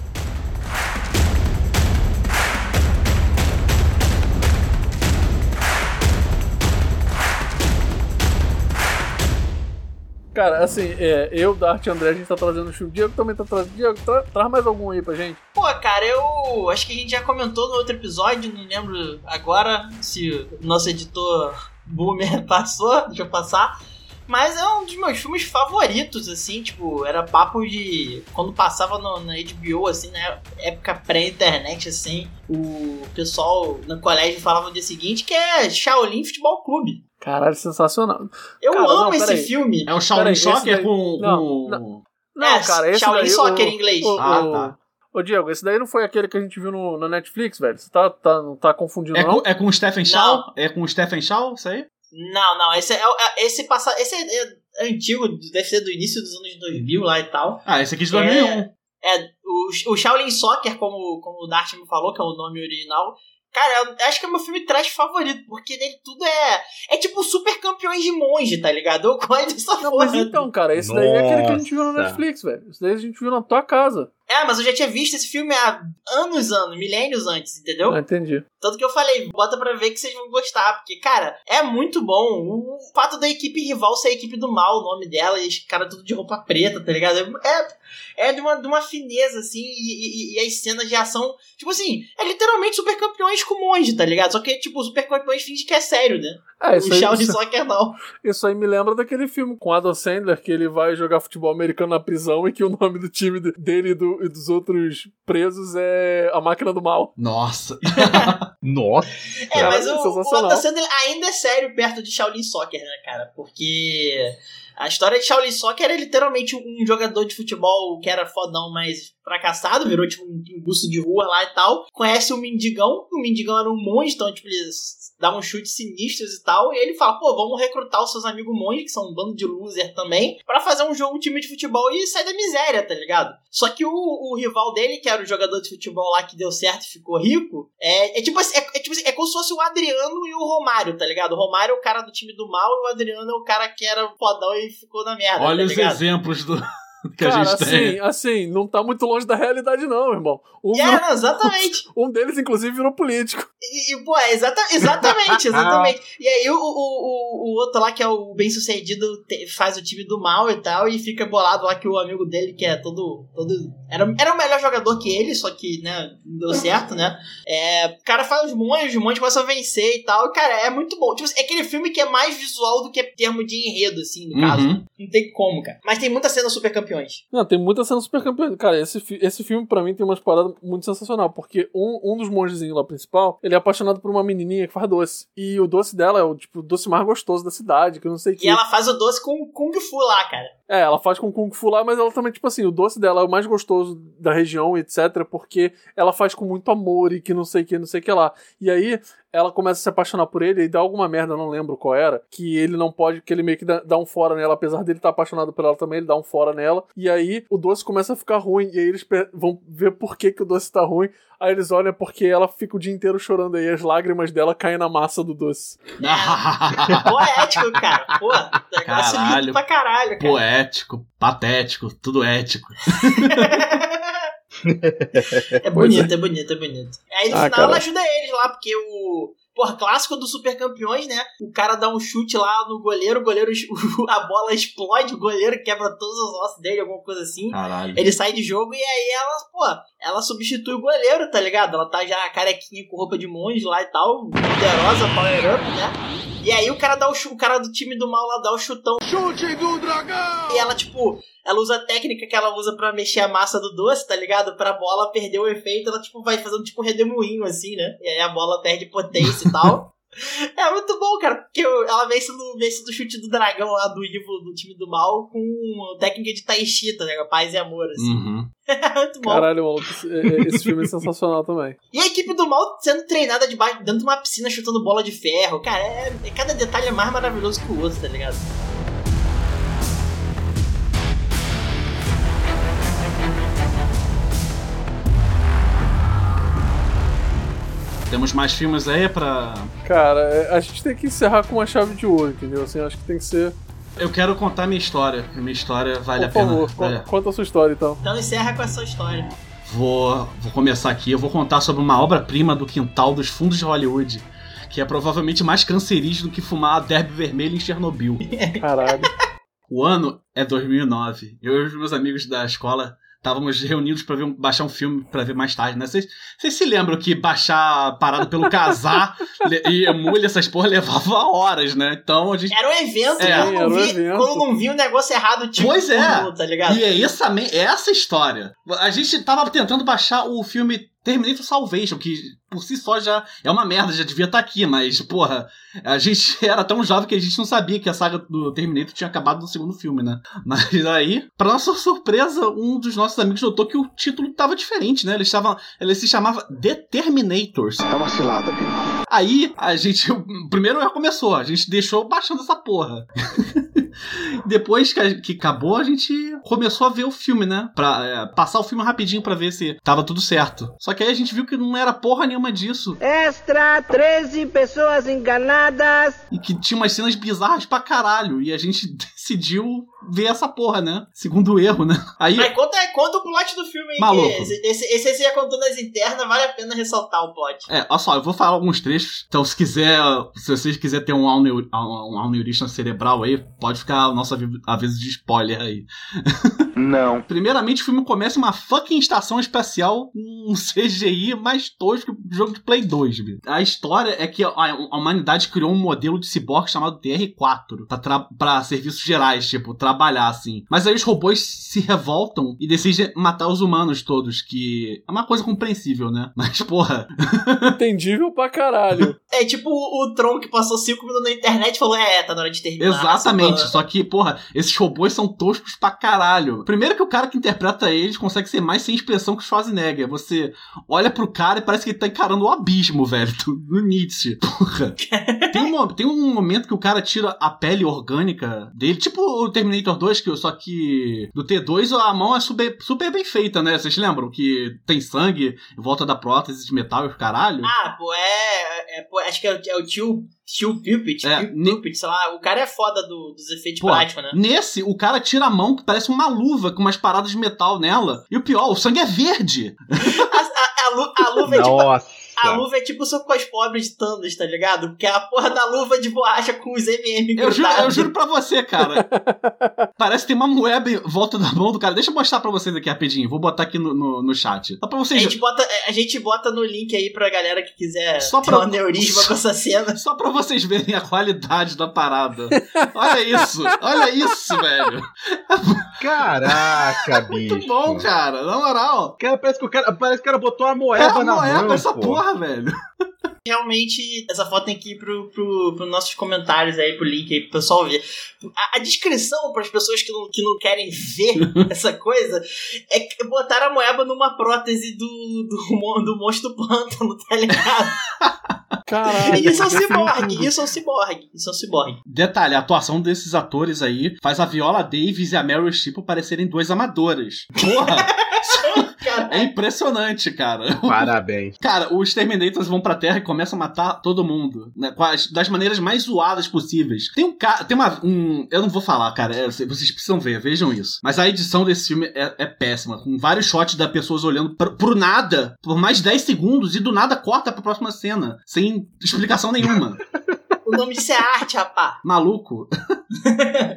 [SPEAKER 1] Cara, assim, é, eu, Dart e André, a gente tá trazendo o filme. Diego também tá trazendo. Diego, tra- traz mais algum aí pra gente.
[SPEAKER 3] Pô, cara, eu acho que a gente já comentou no outro episódio, não lembro agora se o nosso editor Boomer passou, deixa eu passar. Mas é um dos meus filmes favoritos, assim, tipo, era papo de. Quando passava no- na HBO, assim, na época pré-internet, assim, o pessoal no colégio falava do dia seguinte, que é Shaolin Futebol Clube.
[SPEAKER 1] Caralho, sensacional.
[SPEAKER 3] Eu
[SPEAKER 1] Cara,
[SPEAKER 3] amo
[SPEAKER 1] não,
[SPEAKER 3] esse
[SPEAKER 1] peraí.
[SPEAKER 3] filme.
[SPEAKER 4] É o Shaolin
[SPEAKER 1] Peraí, esse
[SPEAKER 4] Shocker
[SPEAKER 1] daí-
[SPEAKER 4] com.
[SPEAKER 1] não,
[SPEAKER 4] com-
[SPEAKER 1] Não,
[SPEAKER 3] É,
[SPEAKER 1] cara, esse
[SPEAKER 3] Shaolin
[SPEAKER 1] daí,
[SPEAKER 3] Soccer
[SPEAKER 1] o-
[SPEAKER 3] em inglês.
[SPEAKER 1] o-
[SPEAKER 4] Ah,
[SPEAKER 1] o-
[SPEAKER 4] tá.
[SPEAKER 1] Ô, Diego, esse daí não foi aquele que a gente viu no, na Netflix, velho? Você tá, tá, não tá confundindo,
[SPEAKER 4] É,
[SPEAKER 1] não?
[SPEAKER 4] com, é com o Stephen Shaw? É com o Stephen Shaw, isso aí?
[SPEAKER 3] Não, não, esse é, é- esse passa, esse é, é antigo, deve ser do início dos anos 2000 lá e tal.
[SPEAKER 4] Ah, esse aqui de 2001.
[SPEAKER 3] É, o, o Shaolin Soccer, como, como o Dart me falou, que é o nome original. Cara, eu acho que é o meu filme trash favorito, porque nele tudo é. É tipo super campeões de monge, tá ligado? Eu gosto dessa
[SPEAKER 1] Não,
[SPEAKER 3] porra.
[SPEAKER 1] mas então, cara, esse daí é aquele que a gente viu na
[SPEAKER 2] Nossa.
[SPEAKER 1] Netflix, velho. Esse daí a gente viu na tua casa.
[SPEAKER 3] É, mas eu já tinha visto esse filme há anos, anos, milênios antes, entendeu?
[SPEAKER 1] Ah, entendi.
[SPEAKER 3] Tanto que eu falei, bota pra ver que vocês vão gostar, porque, cara, é muito bom. O fato da equipe rival ser a equipe do mal, o nome dela, e os caras tudo de roupa preta, tá ligado? É, é de, uma, de uma fineza, assim, e, e- e as cenas de ação, tipo assim, é literalmente super campeões com monge, tá ligado? Só que, tipo, super campeões finge que é sério, né?
[SPEAKER 1] É,
[SPEAKER 3] o
[SPEAKER 1] isso aí,
[SPEAKER 3] Shaolin
[SPEAKER 1] isso-
[SPEAKER 3] Soccer não.
[SPEAKER 1] isso aí me lembra daquele filme com Adam Sandler, que ele vai jogar futebol americano na prisão e que o nome do time de- dele e, do- e dos outros presos é A Máquina do Mal.
[SPEAKER 4] Nossa.
[SPEAKER 2] Nossa.
[SPEAKER 3] É,
[SPEAKER 1] Cara,
[SPEAKER 3] mas o, o
[SPEAKER 1] sensacional.
[SPEAKER 3] Adam Sandler ainda é sério perto de Shaolin Soccer, né, cara? Porque a história de Shaolin Soccer era literalmente um jogador de futebol que era fodão, mas fracassado, virou tipo um pinguço de rua lá e tal. Conhece o mendigão, o mendigão era um monge, então tipo, eles dá uns chutes sinistros e tal, e ele fala, pô, vamos recrutar os seus amigos monges, que são um bando de loser também, pra fazer um jogo um time de futebol e sair da miséria, tá ligado? Só que o, o rival dele, que era o jogador de futebol lá que deu certo e ficou rico, é, é tipo assim, é, é tipo assim, é como se fosse o Adriano e o Romário, tá ligado? O Romário é o cara do time do mal e o Adriano é o cara que era fodão e ficou na merda,
[SPEAKER 4] Olha
[SPEAKER 3] tá
[SPEAKER 4] os
[SPEAKER 3] ligado?
[SPEAKER 4] exemplos do que
[SPEAKER 1] Cara,
[SPEAKER 4] a gente tem.
[SPEAKER 1] assim, assim, não tá muito longe da realidade, não, irmão. Um,
[SPEAKER 3] É, não, exatamente.
[SPEAKER 1] um deles, inclusive, virou político.
[SPEAKER 3] E, e, pô, é exata, exatamente, exatamente. e aí o, o, o, o outro lá, que é o bem-sucedido, te- faz o time do mal e tal, e fica bolado lá que o amigo dele, que é todo. todo era, era o melhor jogador que ele, só que, né, não deu certo, né? É, o cara faz os monges, os monges começam a vencer e tal. E, cara, é muito bom. Tipo, assim, é aquele filme que é mais visual do que termo de enredo, assim, no caso.
[SPEAKER 4] Uhum.
[SPEAKER 3] Não tem como, cara. Mas tem muita cena super campeões.
[SPEAKER 1] Não, tem muita cena super campeã. Cara, esse, fi- esse filme, pra mim, tem umas paradas muito sensacional, porque um, um dos mongezinhos lá principal, ele é apaixonado por uma menininha que faz doce. E o doce dela é o, tipo, o doce mais gostoso da cidade, que eu não sei o
[SPEAKER 3] E
[SPEAKER 1] que.
[SPEAKER 3] ela faz o doce com o Kung Fu lá, cara.
[SPEAKER 1] É, ela faz com Kung Fu lá, mas ela também, tipo assim, o doce dela é o mais gostoso da região, etc, porque ela faz com muito amor e que não sei o que, não sei o que lá. E aí, ela começa a se apaixonar por ele e dá alguma merda, eu não lembro qual era, que ele não pode, que ele meio que dá, dá um fora nela, apesar dele estar apaixonado por ela também, ele dá um fora nela. E aí, o doce começa a ficar ruim, e aí eles pe- vão ver por que, que o doce tá ruim. Aí eles olham porque ela fica o dia inteiro chorando aí, as lágrimas dela caem na massa do doce.
[SPEAKER 3] Poético, cara. Pô, negócio lindo
[SPEAKER 4] Caralho.
[SPEAKER 3] pra caralho, cara.
[SPEAKER 4] Poético, patético, tudo ético.
[SPEAKER 3] É bonito, é bonito, é bonito. Aí no
[SPEAKER 1] Ah,
[SPEAKER 3] final
[SPEAKER 1] cara.
[SPEAKER 3] ela ajuda eles lá, porque o. Porra, clássico do Super Campeões, né? O cara dá um chute lá no goleiro, o goleiro. A bola explode, o goleiro quebra todos os ossos dele, alguma coisa assim.
[SPEAKER 4] Caralho.
[SPEAKER 1] É
[SPEAKER 3] Ele sai de jogo e aí ela, pô, ela substitui o goleiro, tá ligado? Ela tá já carequinha com roupa de monge lá e tal, poderosa, power up, né? E aí o cara dá o, chu- o cara do time do mal lá dá o chutão
[SPEAKER 5] Chute do dragão!
[SPEAKER 3] e ela, tipo, ela usa a técnica que ela usa pra mexer a massa do doce, tá ligado? Pra bola perder o efeito, ela, tipo, vai fazendo, tipo, um redemoinho, assim, né? E aí a bola perde potência e tal. É muito bom, cara, porque eu- ela vence do, vence do chute do dragão lá do Ivo, do time do mal, com técnica de Taishi, tá ligado? Paz e amor, assim.
[SPEAKER 4] Uhum.
[SPEAKER 3] É muito bom.
[SPEAKER 1] Caralho, maluco, esse, é- é- esse filme é sensacional também.
[SPEAKER 3] E a equipe do mal sendo treinada debaixo, dentro de uma piscina chutando bola de ferro. Cara, é, é- cada detalhe é mais maravilhoso que o outro, tá ligado?
[SPEAKER 4] Temos mais filmes aí pra.
[SPEAKER 1] Cara, é- a gente tem que encerrar com uma chave de ouro, entendeu? Assim, acho que tem que ser.
[SPEAKER 4] Eu quero contar minha história. Minha história vale
[SPEAKER 1] Por favor,
[SPEAKER 4] a pena.
[SPEAKER 1] con-
[SPEAKER 4] Vale a-
[SPEAKER 1] conta a sua história então.
[SPEAKER 3] Então encerra com a sua história.
[SPEAKER 4] Vou, vou começar aqui. Eu vou contar sobre uma obra-prima do quintal dos fundos de Hollywood, que é provavelmente mais cancerígeno que fumar a derby vermelho em Chernobyl.
[SPEAKER 1] Caralho.
[SPEAKER 4] O ano é 2009. Eu e os meus amigos da escola estávamos reunidos para ver um- baixar um filme para ver mais tarde, né? Vocês vocês se lembram que baixar a parada pelo casar le- e emulha essas porra levava horas, né? Então a gente
[SPEAKER 3] Era um evento,
[SPEAKER 4] É,
[SPEAKER 3] quando,
[SPEAKER 1] era
[SPEAKER 3] não
[SPEAKER 1] um
[SPEAKER 3] vi,
[SPEAKER 1] evento.
[SPEAKER 3] quando não vi um negócio errado, tipo,
[SPEAKER 4] Pois é.
[SPEAKER 3] pornô, tá ligado?
[SPEAKER 4] E é essa, me- é essa história. A gente tava tentando baixar o filme Terminator Salvation, que por si só já é uma merda, já devia estar aqui, mas, porra, a gente era tão jovem que a gente não sabia que a saga do Terminator tinha acabado no segundo filme, né? Mas aí, pra nossa surpresa, um dos nossos amigos notou que o título tava diferente, né? Ele, estava, ele se chamava The Terminators.
[SPEAKER 5] É uma cilada, meu.
[SPEAKER 4] Aí a gente. o Primeiro já começou, a gente deixou baixando essa porra. Depois que, a- que acabou, a gente começou a ver o filme, né? Pra é, passar o filme rapidinho pra ver se tava tudo certo. Só que aí a gente viu que não era porra nenhuma disso.
[SPEAKER 6] Extra, 13 pessoas enganadas.
[SPEAKER 4] E que tinha umas cenas bizarras pra caralho. E a gente decidiu ver essa porra, né? Segundo erro, né? Aí.
[SPEAKER 3] Mas conta, conta o plot do filme aí.
[SPEAKER 4] Maluco.
[SPEAKER 3] que Esse, esse, esse aí você já contou nas internas, vale a pena ressaltar o plot.
[SPEAKER 4] É, olha só, eu vou falar alguns trechos. Então, se quiser, se vocês quiserem ter um, auneu- um aneurisma cerebral aí, pode ficar o nosso avi- aviso de spoiler aí.
[SPEAKER 5] Não.
[SPEAKER 4] Primeiramente, o filme começa em uma fucking estação espacial, um CGI mais tosco que o jogo de Play 2, velho. A história é que a, a humanidade criou um modelo de ciborgue chamado TR-4 pra, tra- pra serviços gerais, tipo, trabalhar assim. Mas aí os robôs se revoltam e decidem matar os humanos todos, que é uma coisa compreensível, né? Mas, porra,
[SPEAKER 1] Entendível pra caralho.
[SPEAKER 3] É tipo o, o Tron que passou 5 minutos na internet e falou: É, tá na hora de terminar.
[SPEAKER 4] Exatamente,
[SPEAKER 3] essa porra."
[SPEAKER 4] só que, porra, esses robôs são toscos pra caralho. Primeiro que o cara que interpreta eles consegue ser mais sem expressão que o Schwarzenegger. Você olha pro cara e parece que ele tá encarando o abismo, velho, do, do Nietzsche. Porra. Tem um, mo- tem um momento que o cara tira a pele orgânica dele, tipo o Terminator 2, que, só que do T2 a mão é super, super bem feita, né? Vocês lembram que tem sangue em volta da prótese de metal e os caralho?
[SPEAKER 3] Ah, pô, é. é, pô, acho que é, o- é o tio. Tio Puppet,
[SPEAKER 4] É,
[SPEAKER 3] Pil-
[SPEAKER 4] ne-
[SPEAKER 3] Puppet, sei lá, o cara é foda do- dos efeitos
[SPEAKER 4] Pô,
[SPEAKER 3] práticos, né?
[SPEAKER 4] Nesse, o cara tira a mão que parece uma luva com umas paradas de metal nela. E o pior, o sangue é verde.
[SPEAKER 3] A, a- a lu- a luva é tipo A
[SPEAKER 2] Nossa.
[SPEAKER 3] luva é tipo o socorro pobre de Thanos, tá ligado? Porque é a porra da luva de borracha com os MM
[SPEAKER 4] Eu juro, eu
[SPEAKER 3] grudados.
[SPEAKER 4] juro pra você, cara. Parece que tem uma moeda em volta da mão do cara. Deixa eu mostrar pra vocês aqui rapidinho. Vou botar aqui no, no, no chat. Só
[SPEAKER 3] A
[SPEAKER 4] pra vocês.
[SPEAKER 3] gente, bota, é, a gente bota no link aí pra galera que quiser
[SPEAKER 4] Só
[SPEAKER 3] ter
[SPEAKER 4] pra-
[SPEAKER 3] um aneurisma com essa cena.
[SPEAKER 4] Só pra vocês verem a qualidade da parada. Olha isso, olha isso, velho.
[SPEAKER 2] Caraca, bicho.
[SPEAKER 4] Muito bom, cara. Na moral.
[SPEAKER 2] Cara, parece que o cara, parece que o cara botou uma
[SPEAKER 4] É
[SPEAKER 2] moeda
[SPEAKER 4] a
[SPEAKER 2] na
[SPEAKER 4] moeda
[SPEAKER 2] mão,
[SPEAKER 4] essa
[SPEAKER 2] pô.
[SPEAKER 4] porra, velho.
[SPEAKER 3] Realmente, essa foto tem que ir pro, pro, pro nossos comentários aí, pro link aí, pro pessoal ver. A, a descrição pras pessoas que não, que não querem ver essa coisa é que botaram a moeba numa prótese do, do, mon- do monstro do pântano, tá ligado?
[SPEAKER 1] Caralho.
[SPEAKER 3] E isso é um
[SPEAKER 1] definiu
[SPEAKER 3] ciborgue,
[SPEAKER 1] tudo.
[SPEAKER 3] isso é um ciborgue, isso é um ciborgue.
[SPEAKER 4] Detalhe, a atuação desses atores aí faz a Viola Davis e a Meryl Streep parecerem duas amadoras. Porra!
[SPEAKER 3] Cara,
[SPEAKER 4] é impressionante, cara.
[SPEAKER 2] Parabéns.
[SPEAKER 4] Cara, os Terminators vão pra Terra e começam a matar todo mundo. né, com as- das maneiras mais zoadas possíveis. Tem um cara. Tem uma. Um, eu não vou falar, cara. é, c- vocês precisam ver, vejam isso. Mas a edição desse filme é, é péssima. Com vários shots da pessoas olhando pro, pro nada por mais 10 segundos e do nada corta pra próxima cena. Sem explicação nenhuma.
[SPEAKER 3] o nome disso é arte, rapá.
[SPEAKER 4] Maluco.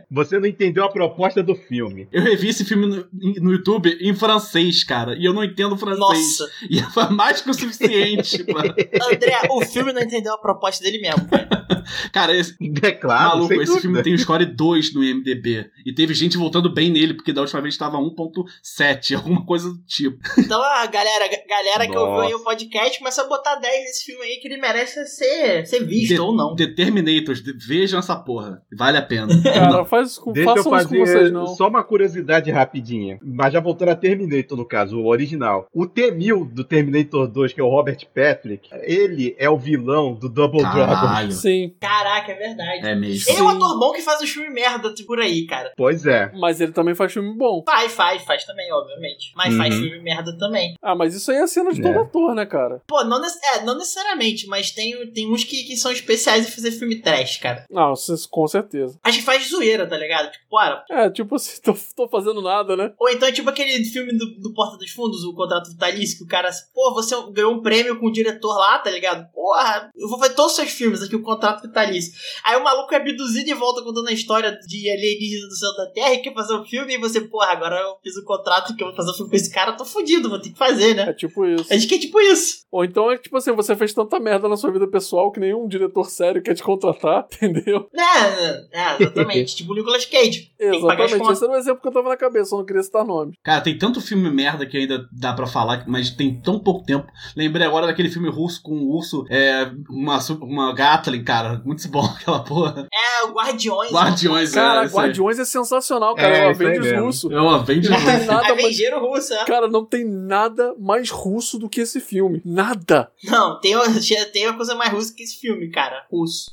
[SPEAKER 2] Você não entendeu a proposta do filme.
[SPEAKER 4] Eu revi esse filme no, no YouTube em francês, cara, e eu não entendo francês.
[SPEAKER 3] Nossa,
[SPEAKER 4] E foi mais que o suficiente. pra...
[SPEAKER 3] André, o filme não entendeu a proposta dele mesmo. cara.
[SPEAKER 4] Cara, esse,
[SPEAKER 2] É
[SPEAKER 3] Ah,
[SPEAKER 2] claro,
[SPEAKER 4] maluco,
[SPEAKER 2] sem
[SPEAKER 4] esse
[SPEAKER 2] dúvida.
[SPEAKER 4] filme tem o score 2 no IMDB. E teve gente voltando bem nele, porque da última vez tava 1.7, alguma coisa do tipo.
[SPEAKER 3] Então, a galera, a galera que ouviu aí o
[SPEAKER 2] Nossa.
[SPEAKER 3] podcast começa a botar 10 nesse filme aí que ele merece ser, ser visto
[SPEAKER 4] De-
[SPEAKER 3] ou não.
[SPEAKER 4] Determinators, de- vejam essa porra. Vale a pena.
[SPEAKER 1] Cara, faz, isso com-
[SPEAKER 2] Deixa eu
[SPEAKER 1] façam isso com vocês, não.
[SPEAKER 2] fazer só uma curiosidade rapidinha. Mas já voltando a Terminator, no caso, o original. O T-1000 do Terminator 2, que é o Robert Patrick, ele é o vilão do Double
[SPEAKER 4] Tá.
[SPEAKER 2] Dragon.
[SPEAKER 4] Caralho.
[SPEAKER 1] Sim,
[SPEAKER 3] Caraca, é verdade.
[SPEAKER 4] É mesmo.
[SPEAKER 3] Ele é um
[SPEAKER 1] Sim.
[SPEAKER 3] ator bom que faz um filme merda por aí, cara.
[SPEAKER 2] Pois é.
[SPEAKER 1] mas ele também faz filme bom.
[SPEAKER 3] Faz, faz, faz também, obviamente. Mas faz
[SPEAKER 2] Uhum.
[SPEAKER 3] filme merda também.
[SPEAKER 1] Ah, mas isso aí é cena de todo
[SPEAKER 2] É.
[SPEAKER 1] ator, né, cara?
[SPEAKER 3] Pô, não, nece- é, não necessariamente, mas tem, tem uns que, que são especiais em fazer filme trash, cara.
[SPEAKER 1] Não, isso- Ah, com certeza.
[SPEAKER 3] Acho que faz zoeira, tá ligado? Tipo, bora.
[SPEAKER 1] É, tipo assim, tô, tô fazendo nada, né?
[SPEAKER 3] Ou então é tipo aquele filme do, do Porta dos Fundos, o Contrato Vitalício, que o cara, pô, você ganhou um prêmio com o diretor lá, tá ligado? Porra, eu vou ver todos os seus filmes aqui, o Contrato Vitalício. Aí o maluco é abduzido e volta contando a história de alienígena do céu da Terra e quer fazer um filme e você, porra, agora eu fiz o contrato que eu vou fazer um filme com esse cara, eu tô fudido, vou ter que fazer,
[SPEAKER 1] É
[SPEAKER 3] né?
[SPEAKER 1] tipo isso.
[SPEAKER 3] Acho que é tipo isso.
[SPEAKER 1] Ou então é tipo assim, você fez tanta merda na sua vida pessoal que nenhum diretor sério quer te contratar, entendeu?
[SPEAKER 3] Né, é, exatamente. tipo o Nicolas Cage. que pagar as
[SPEAKER 1] Exatamente.
[SPEAKER 3] contas.
[SPEAKER 1] Esse era um exemplo que eu tava na cabeça, eu não queria citar nome.
[SPEAKER 4] Cara, tem tanto filme merda que ainda dá pra falar, mas tem tão pouco tempo. Lembrei agora daquele filme russo com um urso, é, uma, su- uma Gatling, cara. Muito bom aquela porra.
[SPEAKER 3] É, o Guardiões.
[SPEAKER 4] Guardiões,
[SPEAKER 1] Cara,
[SPEAKER 4] é, isso aí.
[SPEAKER 1] Guardiões é sensacional, cara.
[SPEAKER 2] É,
[SPEAKER 1] É, o
[SPEAKER 2] isso aí
[SPEAKER 1] Avengers
[SPEAKER 2] mesmo.
[SPEAKER 1] russo.
[SPEAKER 4] É uma venda
[SPEAKER 1] Não tem
[SPEAKER 3] né?
[SPEAKER 1] nada mais...
[SPEAKER 3] Avengeiro russo, é.
[SPEAKER 1] Cara, não tem nada mais russo do que esse filme. Nada.
[SPEAKER 3] Não, tem, uma- tem uma coisa mais russa que esse filme, cara. Russo.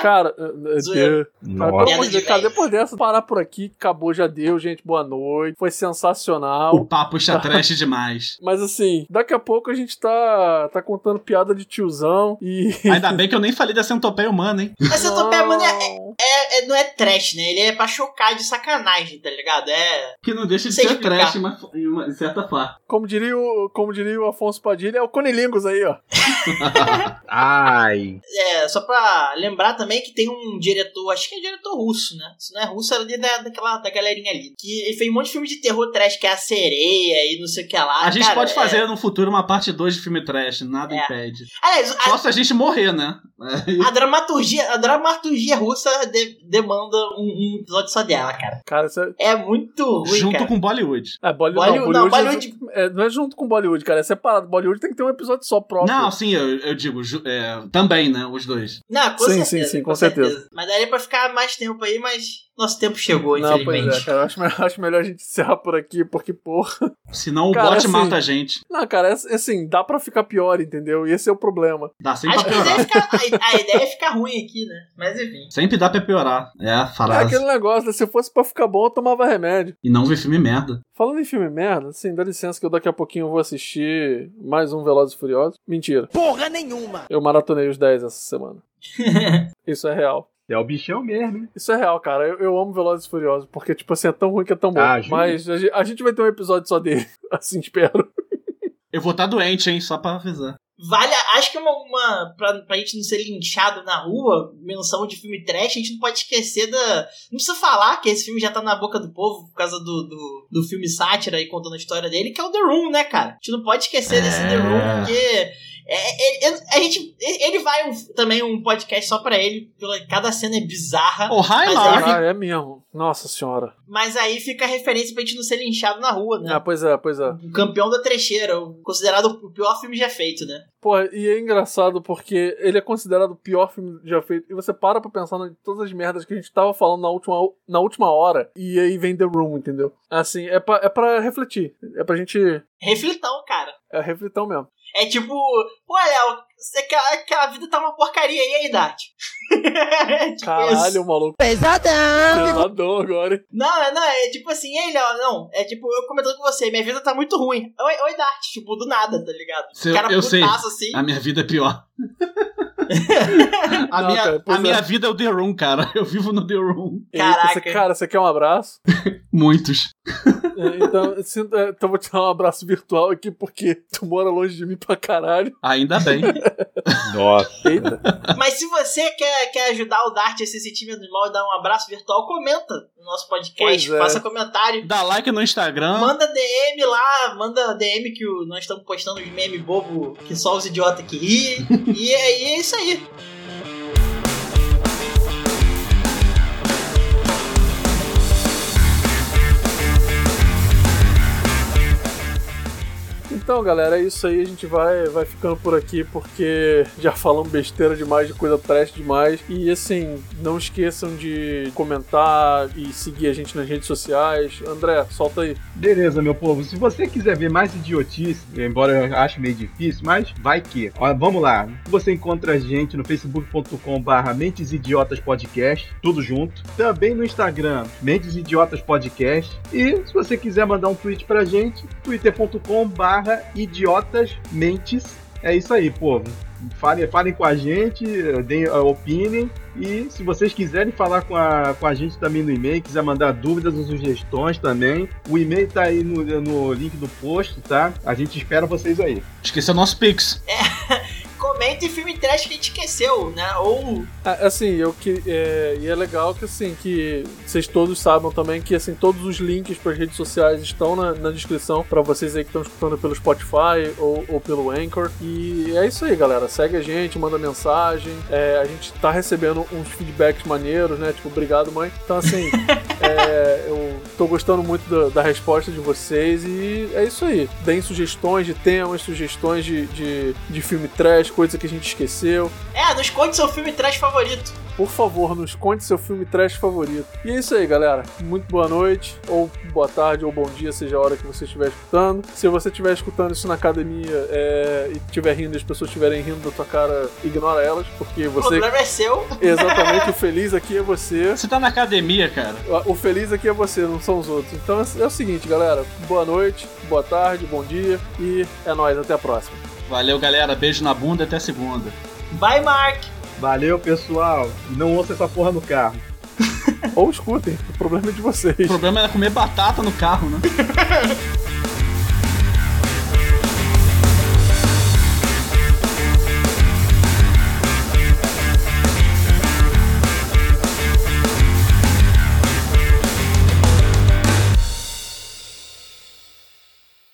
[SPEAKER 1] Cara, é- é- Cara,
[SPEAKER 3] Zoeira.
[SPEAKER 1] pelo
[SPEAKER 2] Nossa.
[SPEAKER 1] amor de Deus, cara, depois dessa, parar por aqui, acabou, já deu, gente, boa noite, foi
[SPEAKER 4] O
[SPEAKER 1] sensacional.
[SPEAKER 4] papo está trash demais.
[SPEAKER 1] Mas assim, daqui a pouco a gente tá, tá contando piada de tiozão e.
[SPEAKER 4] Ainda bem que eu nem falei da centopeia humana, hein?
[SPEAKER 3] Mas eu tô mano, é,
[SPEAKER 1] Não.
[SPEAKER 3] é- é- não é trash, né? Ele é pra chocar de sacanagem, tá ligado? É.
[SPEAKER 4] Que não deixa de
[SPEAKER 3] Sem
[SPEAKER 4] ser
[SPEAKER 3] explicar.
[SPEAKER 4] trash, mas em uma- de certa forma.
[SPEAKER 1] Como diria, o, como diria o Afonso Padilha, é o Conilingos aí, ó.
[SPEAKER 2] Ai.
[SPEAKER 3] é, só pra lembrar também que tem um diretor, acho que é diretor russo, né? Se não é russo, era ali da, daquela, da galerinha ali. Que ele fez um monte de filme de terror trash, que é a sereia e não sei o que lá.
[SPEAKER 4] A gente
[SPEAKER 3] Cara,
[SPEAKER 4] pode
[SPEAKER 3] é-
[SPEAKER 4] fazer no futuro uma parte 2 de filme trash, nada
[SPEAKER 3] É.
[SPEAKER 4] impede.
[SPEAKER 3] Aliás, a,
[SPEAKER 4] Só se a gente morrer, né?
[SPEAKER 3] a dramaturgia, a dramaturgia russa de- demanda um, um episódio só dela, cara.
[SPEAKER 1] Cara, isso é.
[SPEAKER 3] É muito ruim,
[SPEAKER 4] Junto
[SPEAKER 3] cara.
[SPEAKER 4] com Bollywood.
[SPEAKER 1] É, Bollywood,
[SPEAKER 3] Bollywood-
[SPEAKER 1] não,
[SPEAKER 3] não,
[SPEAKER 1] Bollywood, é, não é junto com Bollywood, cara, é separado. Bollywood tem que ter um episódio só próprio.
[SPEAKER 4] Não, sim, eu, eu digo, ju- é, também, né? Os dois.
[SPEAKER 3] Não, com
[SPEAKER 1] Sim,
[SPEAKER 3] certeza.
[SPEAKER 1] sim, sim, com certeza.
[SPEAKER 3] Mas daria pra ficar mais tempo aí, mas nosso tempo chegou,
[SPEAKER 1] Não, pois é,
[SPEAKER 3] infelizmente.
[SPEAKER 1] cara, eu acho, melhor- acho melhor a gente encerrar por aqui, porque, porra.
[SPEAKER 4] Senão o
[SPEAKER 1] Cara,
[SPEAKER 4] bot
[SPEAKER 1] assim-
[SPEAKER 4] mata a gente.
[SPEAKER 1] Não, cara, é, assim, dá pra ficar pior, entendeu? E esse é o problema.
[SPEAKER 4] Dá sempre
[SPEAKER 3] Acho
[SPEAKER 4] pra
[SPEAKER 3] que a
[SPEAKER 4] piorar.
[SPEAKER 3] ideia, é ficar, a, a ideia é ficar ruim aqui, né? Mas enfim.
[SPEAKER 4] Sempre dá pra piorar. É a
[SPEAKER 1] É
[SPEAKER 4] frase.
[SPEAKER 1] aquele negócio, né? se fosse pra ficar bom, eu tomava remédio.
[SPEAKER 4] E não ver filme merda.
[SPEAKER 1] Falando em filme merda, assim, dá licença que eu daqui a pouquinho vou assistir mais um Velozes e Furiosos. Mentira,
[SPEAKER 6] Porra nenhuma!
[SPEAKER 1] eu maratonei os 10 essa semana. Isso é real.
[SPEAKER 2] É o bichão mesmo, hein?
[SPEAKER 1] Isso é real, cara. Eu, eu amo Velozes e Furiosos, porque, tipo assim, é tão ruim que é tão bom.
[SPEAKER 2] Ah, juro.
[SPEAKER 1] Mas a, gente- a gente vai ter um episódio só dele, assim espero.
[SPEAKER 4] Eu vou estar doente, hein? Só pra avisar.
[SPEAKER 3] Vale, a- acho que uma, uma pra, pra gente não ser linchado na rua, menção de filme trash, a gente não pode esquecer da. Não precisa falar que esse filme já tá na boca do povo por causa do, do, do filme sátira e contando a história dele, que é o The Room, né, cara? A gente não pode esquecer desse
[SPEAKER 4] É.
[SPEAKER 3] The Room, porque. é- é- é- a gente, ele vai um- também um podcast só pra ele, pela, cada cena é bizarra.
[SPEAKER 4] O
[SPEAKER 3] Mas
[SPEAKER 4] Highlark.
[SPEAKER 1] Ah, é mesmo. Nossa senhora.
[SPEAKER 3] Mas aí fica a referência pra gente não ser linchado na rua, né?
[SPEAKER 1] Ah, pois é, pois é.
[SPEAKER 3] O campeão da trecheira, o- considerado o pior filme já feito, né?
[SPEAKER 1] Porra, e é engraçado porque ele é considerado o pior filme já feito. E você para pra pensar em todas as merdas que a gente tava falando na última, na última hora. E aí vem The Room, entendeu? Assim, é pra, é pra refletir. É pra gente.
[SPEAKER 3] Reflitão, cara.
[SPEAKER 1] É reflitão mesmo.
[SPEAKER 3] É tipo, pô, Léo, você- aquela, aquela vida tá uma porcaria e aí, Dart? É tipo
[SPEAKER 1] Caralho,
[SPEAKER 3] isso.
[SPEAKER 1] o maluco
[SPEAKER 6] Pesadão!
[SPEAKER 1] pesadão agora. hein?
[SPEAKER 3] Não, é- não, é tipo assim, ei, Léo, não. É tipo, eu comentando com você, minha vida tá muito ruim. Oi, oi Dart, tipo, do nada, tá ligado?
[SPEAKER 4] Seu-
[SPEAKER 3] o cara
[SPEAKER 4] eu sei.
[SPEAKER 3] putaço assim.
[SPEAKER 4] A minha vida é pior. a
[SPEAKER 1] Não,
[SPEAKER 4] minha,
[SPEAKER 1] cara, pois
[SPEAKER 4] a minha
[SPEAKER 1] é.
[SPEAKER 4] vida é o The Room, cara. Eu vivo no The Room.
[SPEAKER 1] Eita,
[SPEAKER 3] Caraca.
[SPEAKER 1] você- cara, você quer um abraço?
[SPEAKER 4] Muitos.
[SPEAKER 1] É, Então, eu sinto- é, então vou te dar um abraço virtual aqui, porque tu mora longe de mim pra caralho.
[SPEAKER 4] Ainda bem.
[SPEAKER 7] Nossa.
[SPEAKER 1] Eita.
[SPEAKER 3] Mas se você quer, quer ajudar o Dart a se sentir menos mal e dar um abraço virtual, comenta no nosso podcast,
[SPEAKER 1] Pois é.
[SPEAKER 3] faça comentário.
[SPEAKER 4] Dá like no Instagram.
[SPEAKER 3] Manda DM lá, manda DM que o- nós estamos postando os meme bobo que só os idiota que ri. e aí é isso aí.
[SPEAKER 1] Então, galera, é isso aí. A gente vai, vai ficando por aqui porque já falamos besteira demais, de coisa trash demais. E assim, não esqueçam de comentar e seguir a gente nas redes sociais. André, solta aí.
[SPEAKER 2] Beleza, meu povo. Se você quiser ver mais idiotice, embora eu ache meio difícil, mas vai que. Ó, vamos lá. Você encontra a gente no facebook.com/barra Mentes Idiotas Podcast, tudo junto. Também no Instagram, Mentes Idiotas Podcast. E se você quiser mandar um tweet pra gente, twitter.com/barra Idiotas Mentes. É isso aí, povo. Falem, falem com a gente, deem, eh, opinem. E se vocês quiserem falar com a, com a gente também no e-mail, quiser mandar dúvidas ou sugestões também, o e-mail tá aí no, no link do post, tá? A gente espera vocês aí.
[SPEAKER 4] Esqueceu nosso Pix.
[SPEAKER 3] Comenta em filme trash que a gente esqueceu, né? Ou
[SPEAKER 1] Ah, Assim, eu que. é, e é legal que assim, que vocês todos saibam também que assim, todos os links para as redes sociais estão na, na descrição para vocês aí que estão escutando pelo Spotify ou, ou pelo Anchor. E é isso aí, galera. Segue a gente, manda mensagem. É, a gente tá recebendo uns feedbacks maneiros, né? Tipo, obrigado, mãe. Então, assim, é, eu tô gostando muito da, da resposta de vocês e é isso aí. Deem sugestões de temas, sugestões de, de, de filme trash, coisa que a gente esqueceu.
[SPEAKER 3] é, nos conte seu filme trash favorito.
[SPEAKER 1] Por favor, nos conte seu filme trash favorito. E é isso aí, galera. Muito boa noite, ou boa tarde, ou bom dia, seja a hora que você estiver escutando. Se você estiver escutando isso na academia é, e estiver rindo e as pessoas estiverem rindo da tua cara, ignora elas, porque
[SPEAKER 3] O
[SPEAKER 1] você.
[SPEAKER 3] problema é seu.
[SPEAKER 1] Exatamente, o feliz aqui é você.
[SPEAKER 4] Você tá na academia, cara.
[SPEAKER 1] O feliz aqui é você, não são os outros. Então é o seguinte, galera. Boa noite, boa tarde, bom dia e é nóis, até a próxima.
[SPEAKER 4] Valeu, galera. Beijo na bunda até segunda.
[SPEAKER 3] Bye, Mark.
[SPEAKER 2] Valeu, pessoal. E não ouça essa porra no carro.
[SPEAKER 1] Ou escutem, o problema é de vocês.
[SPEAKER 4] O problema era comer batata no carro, né?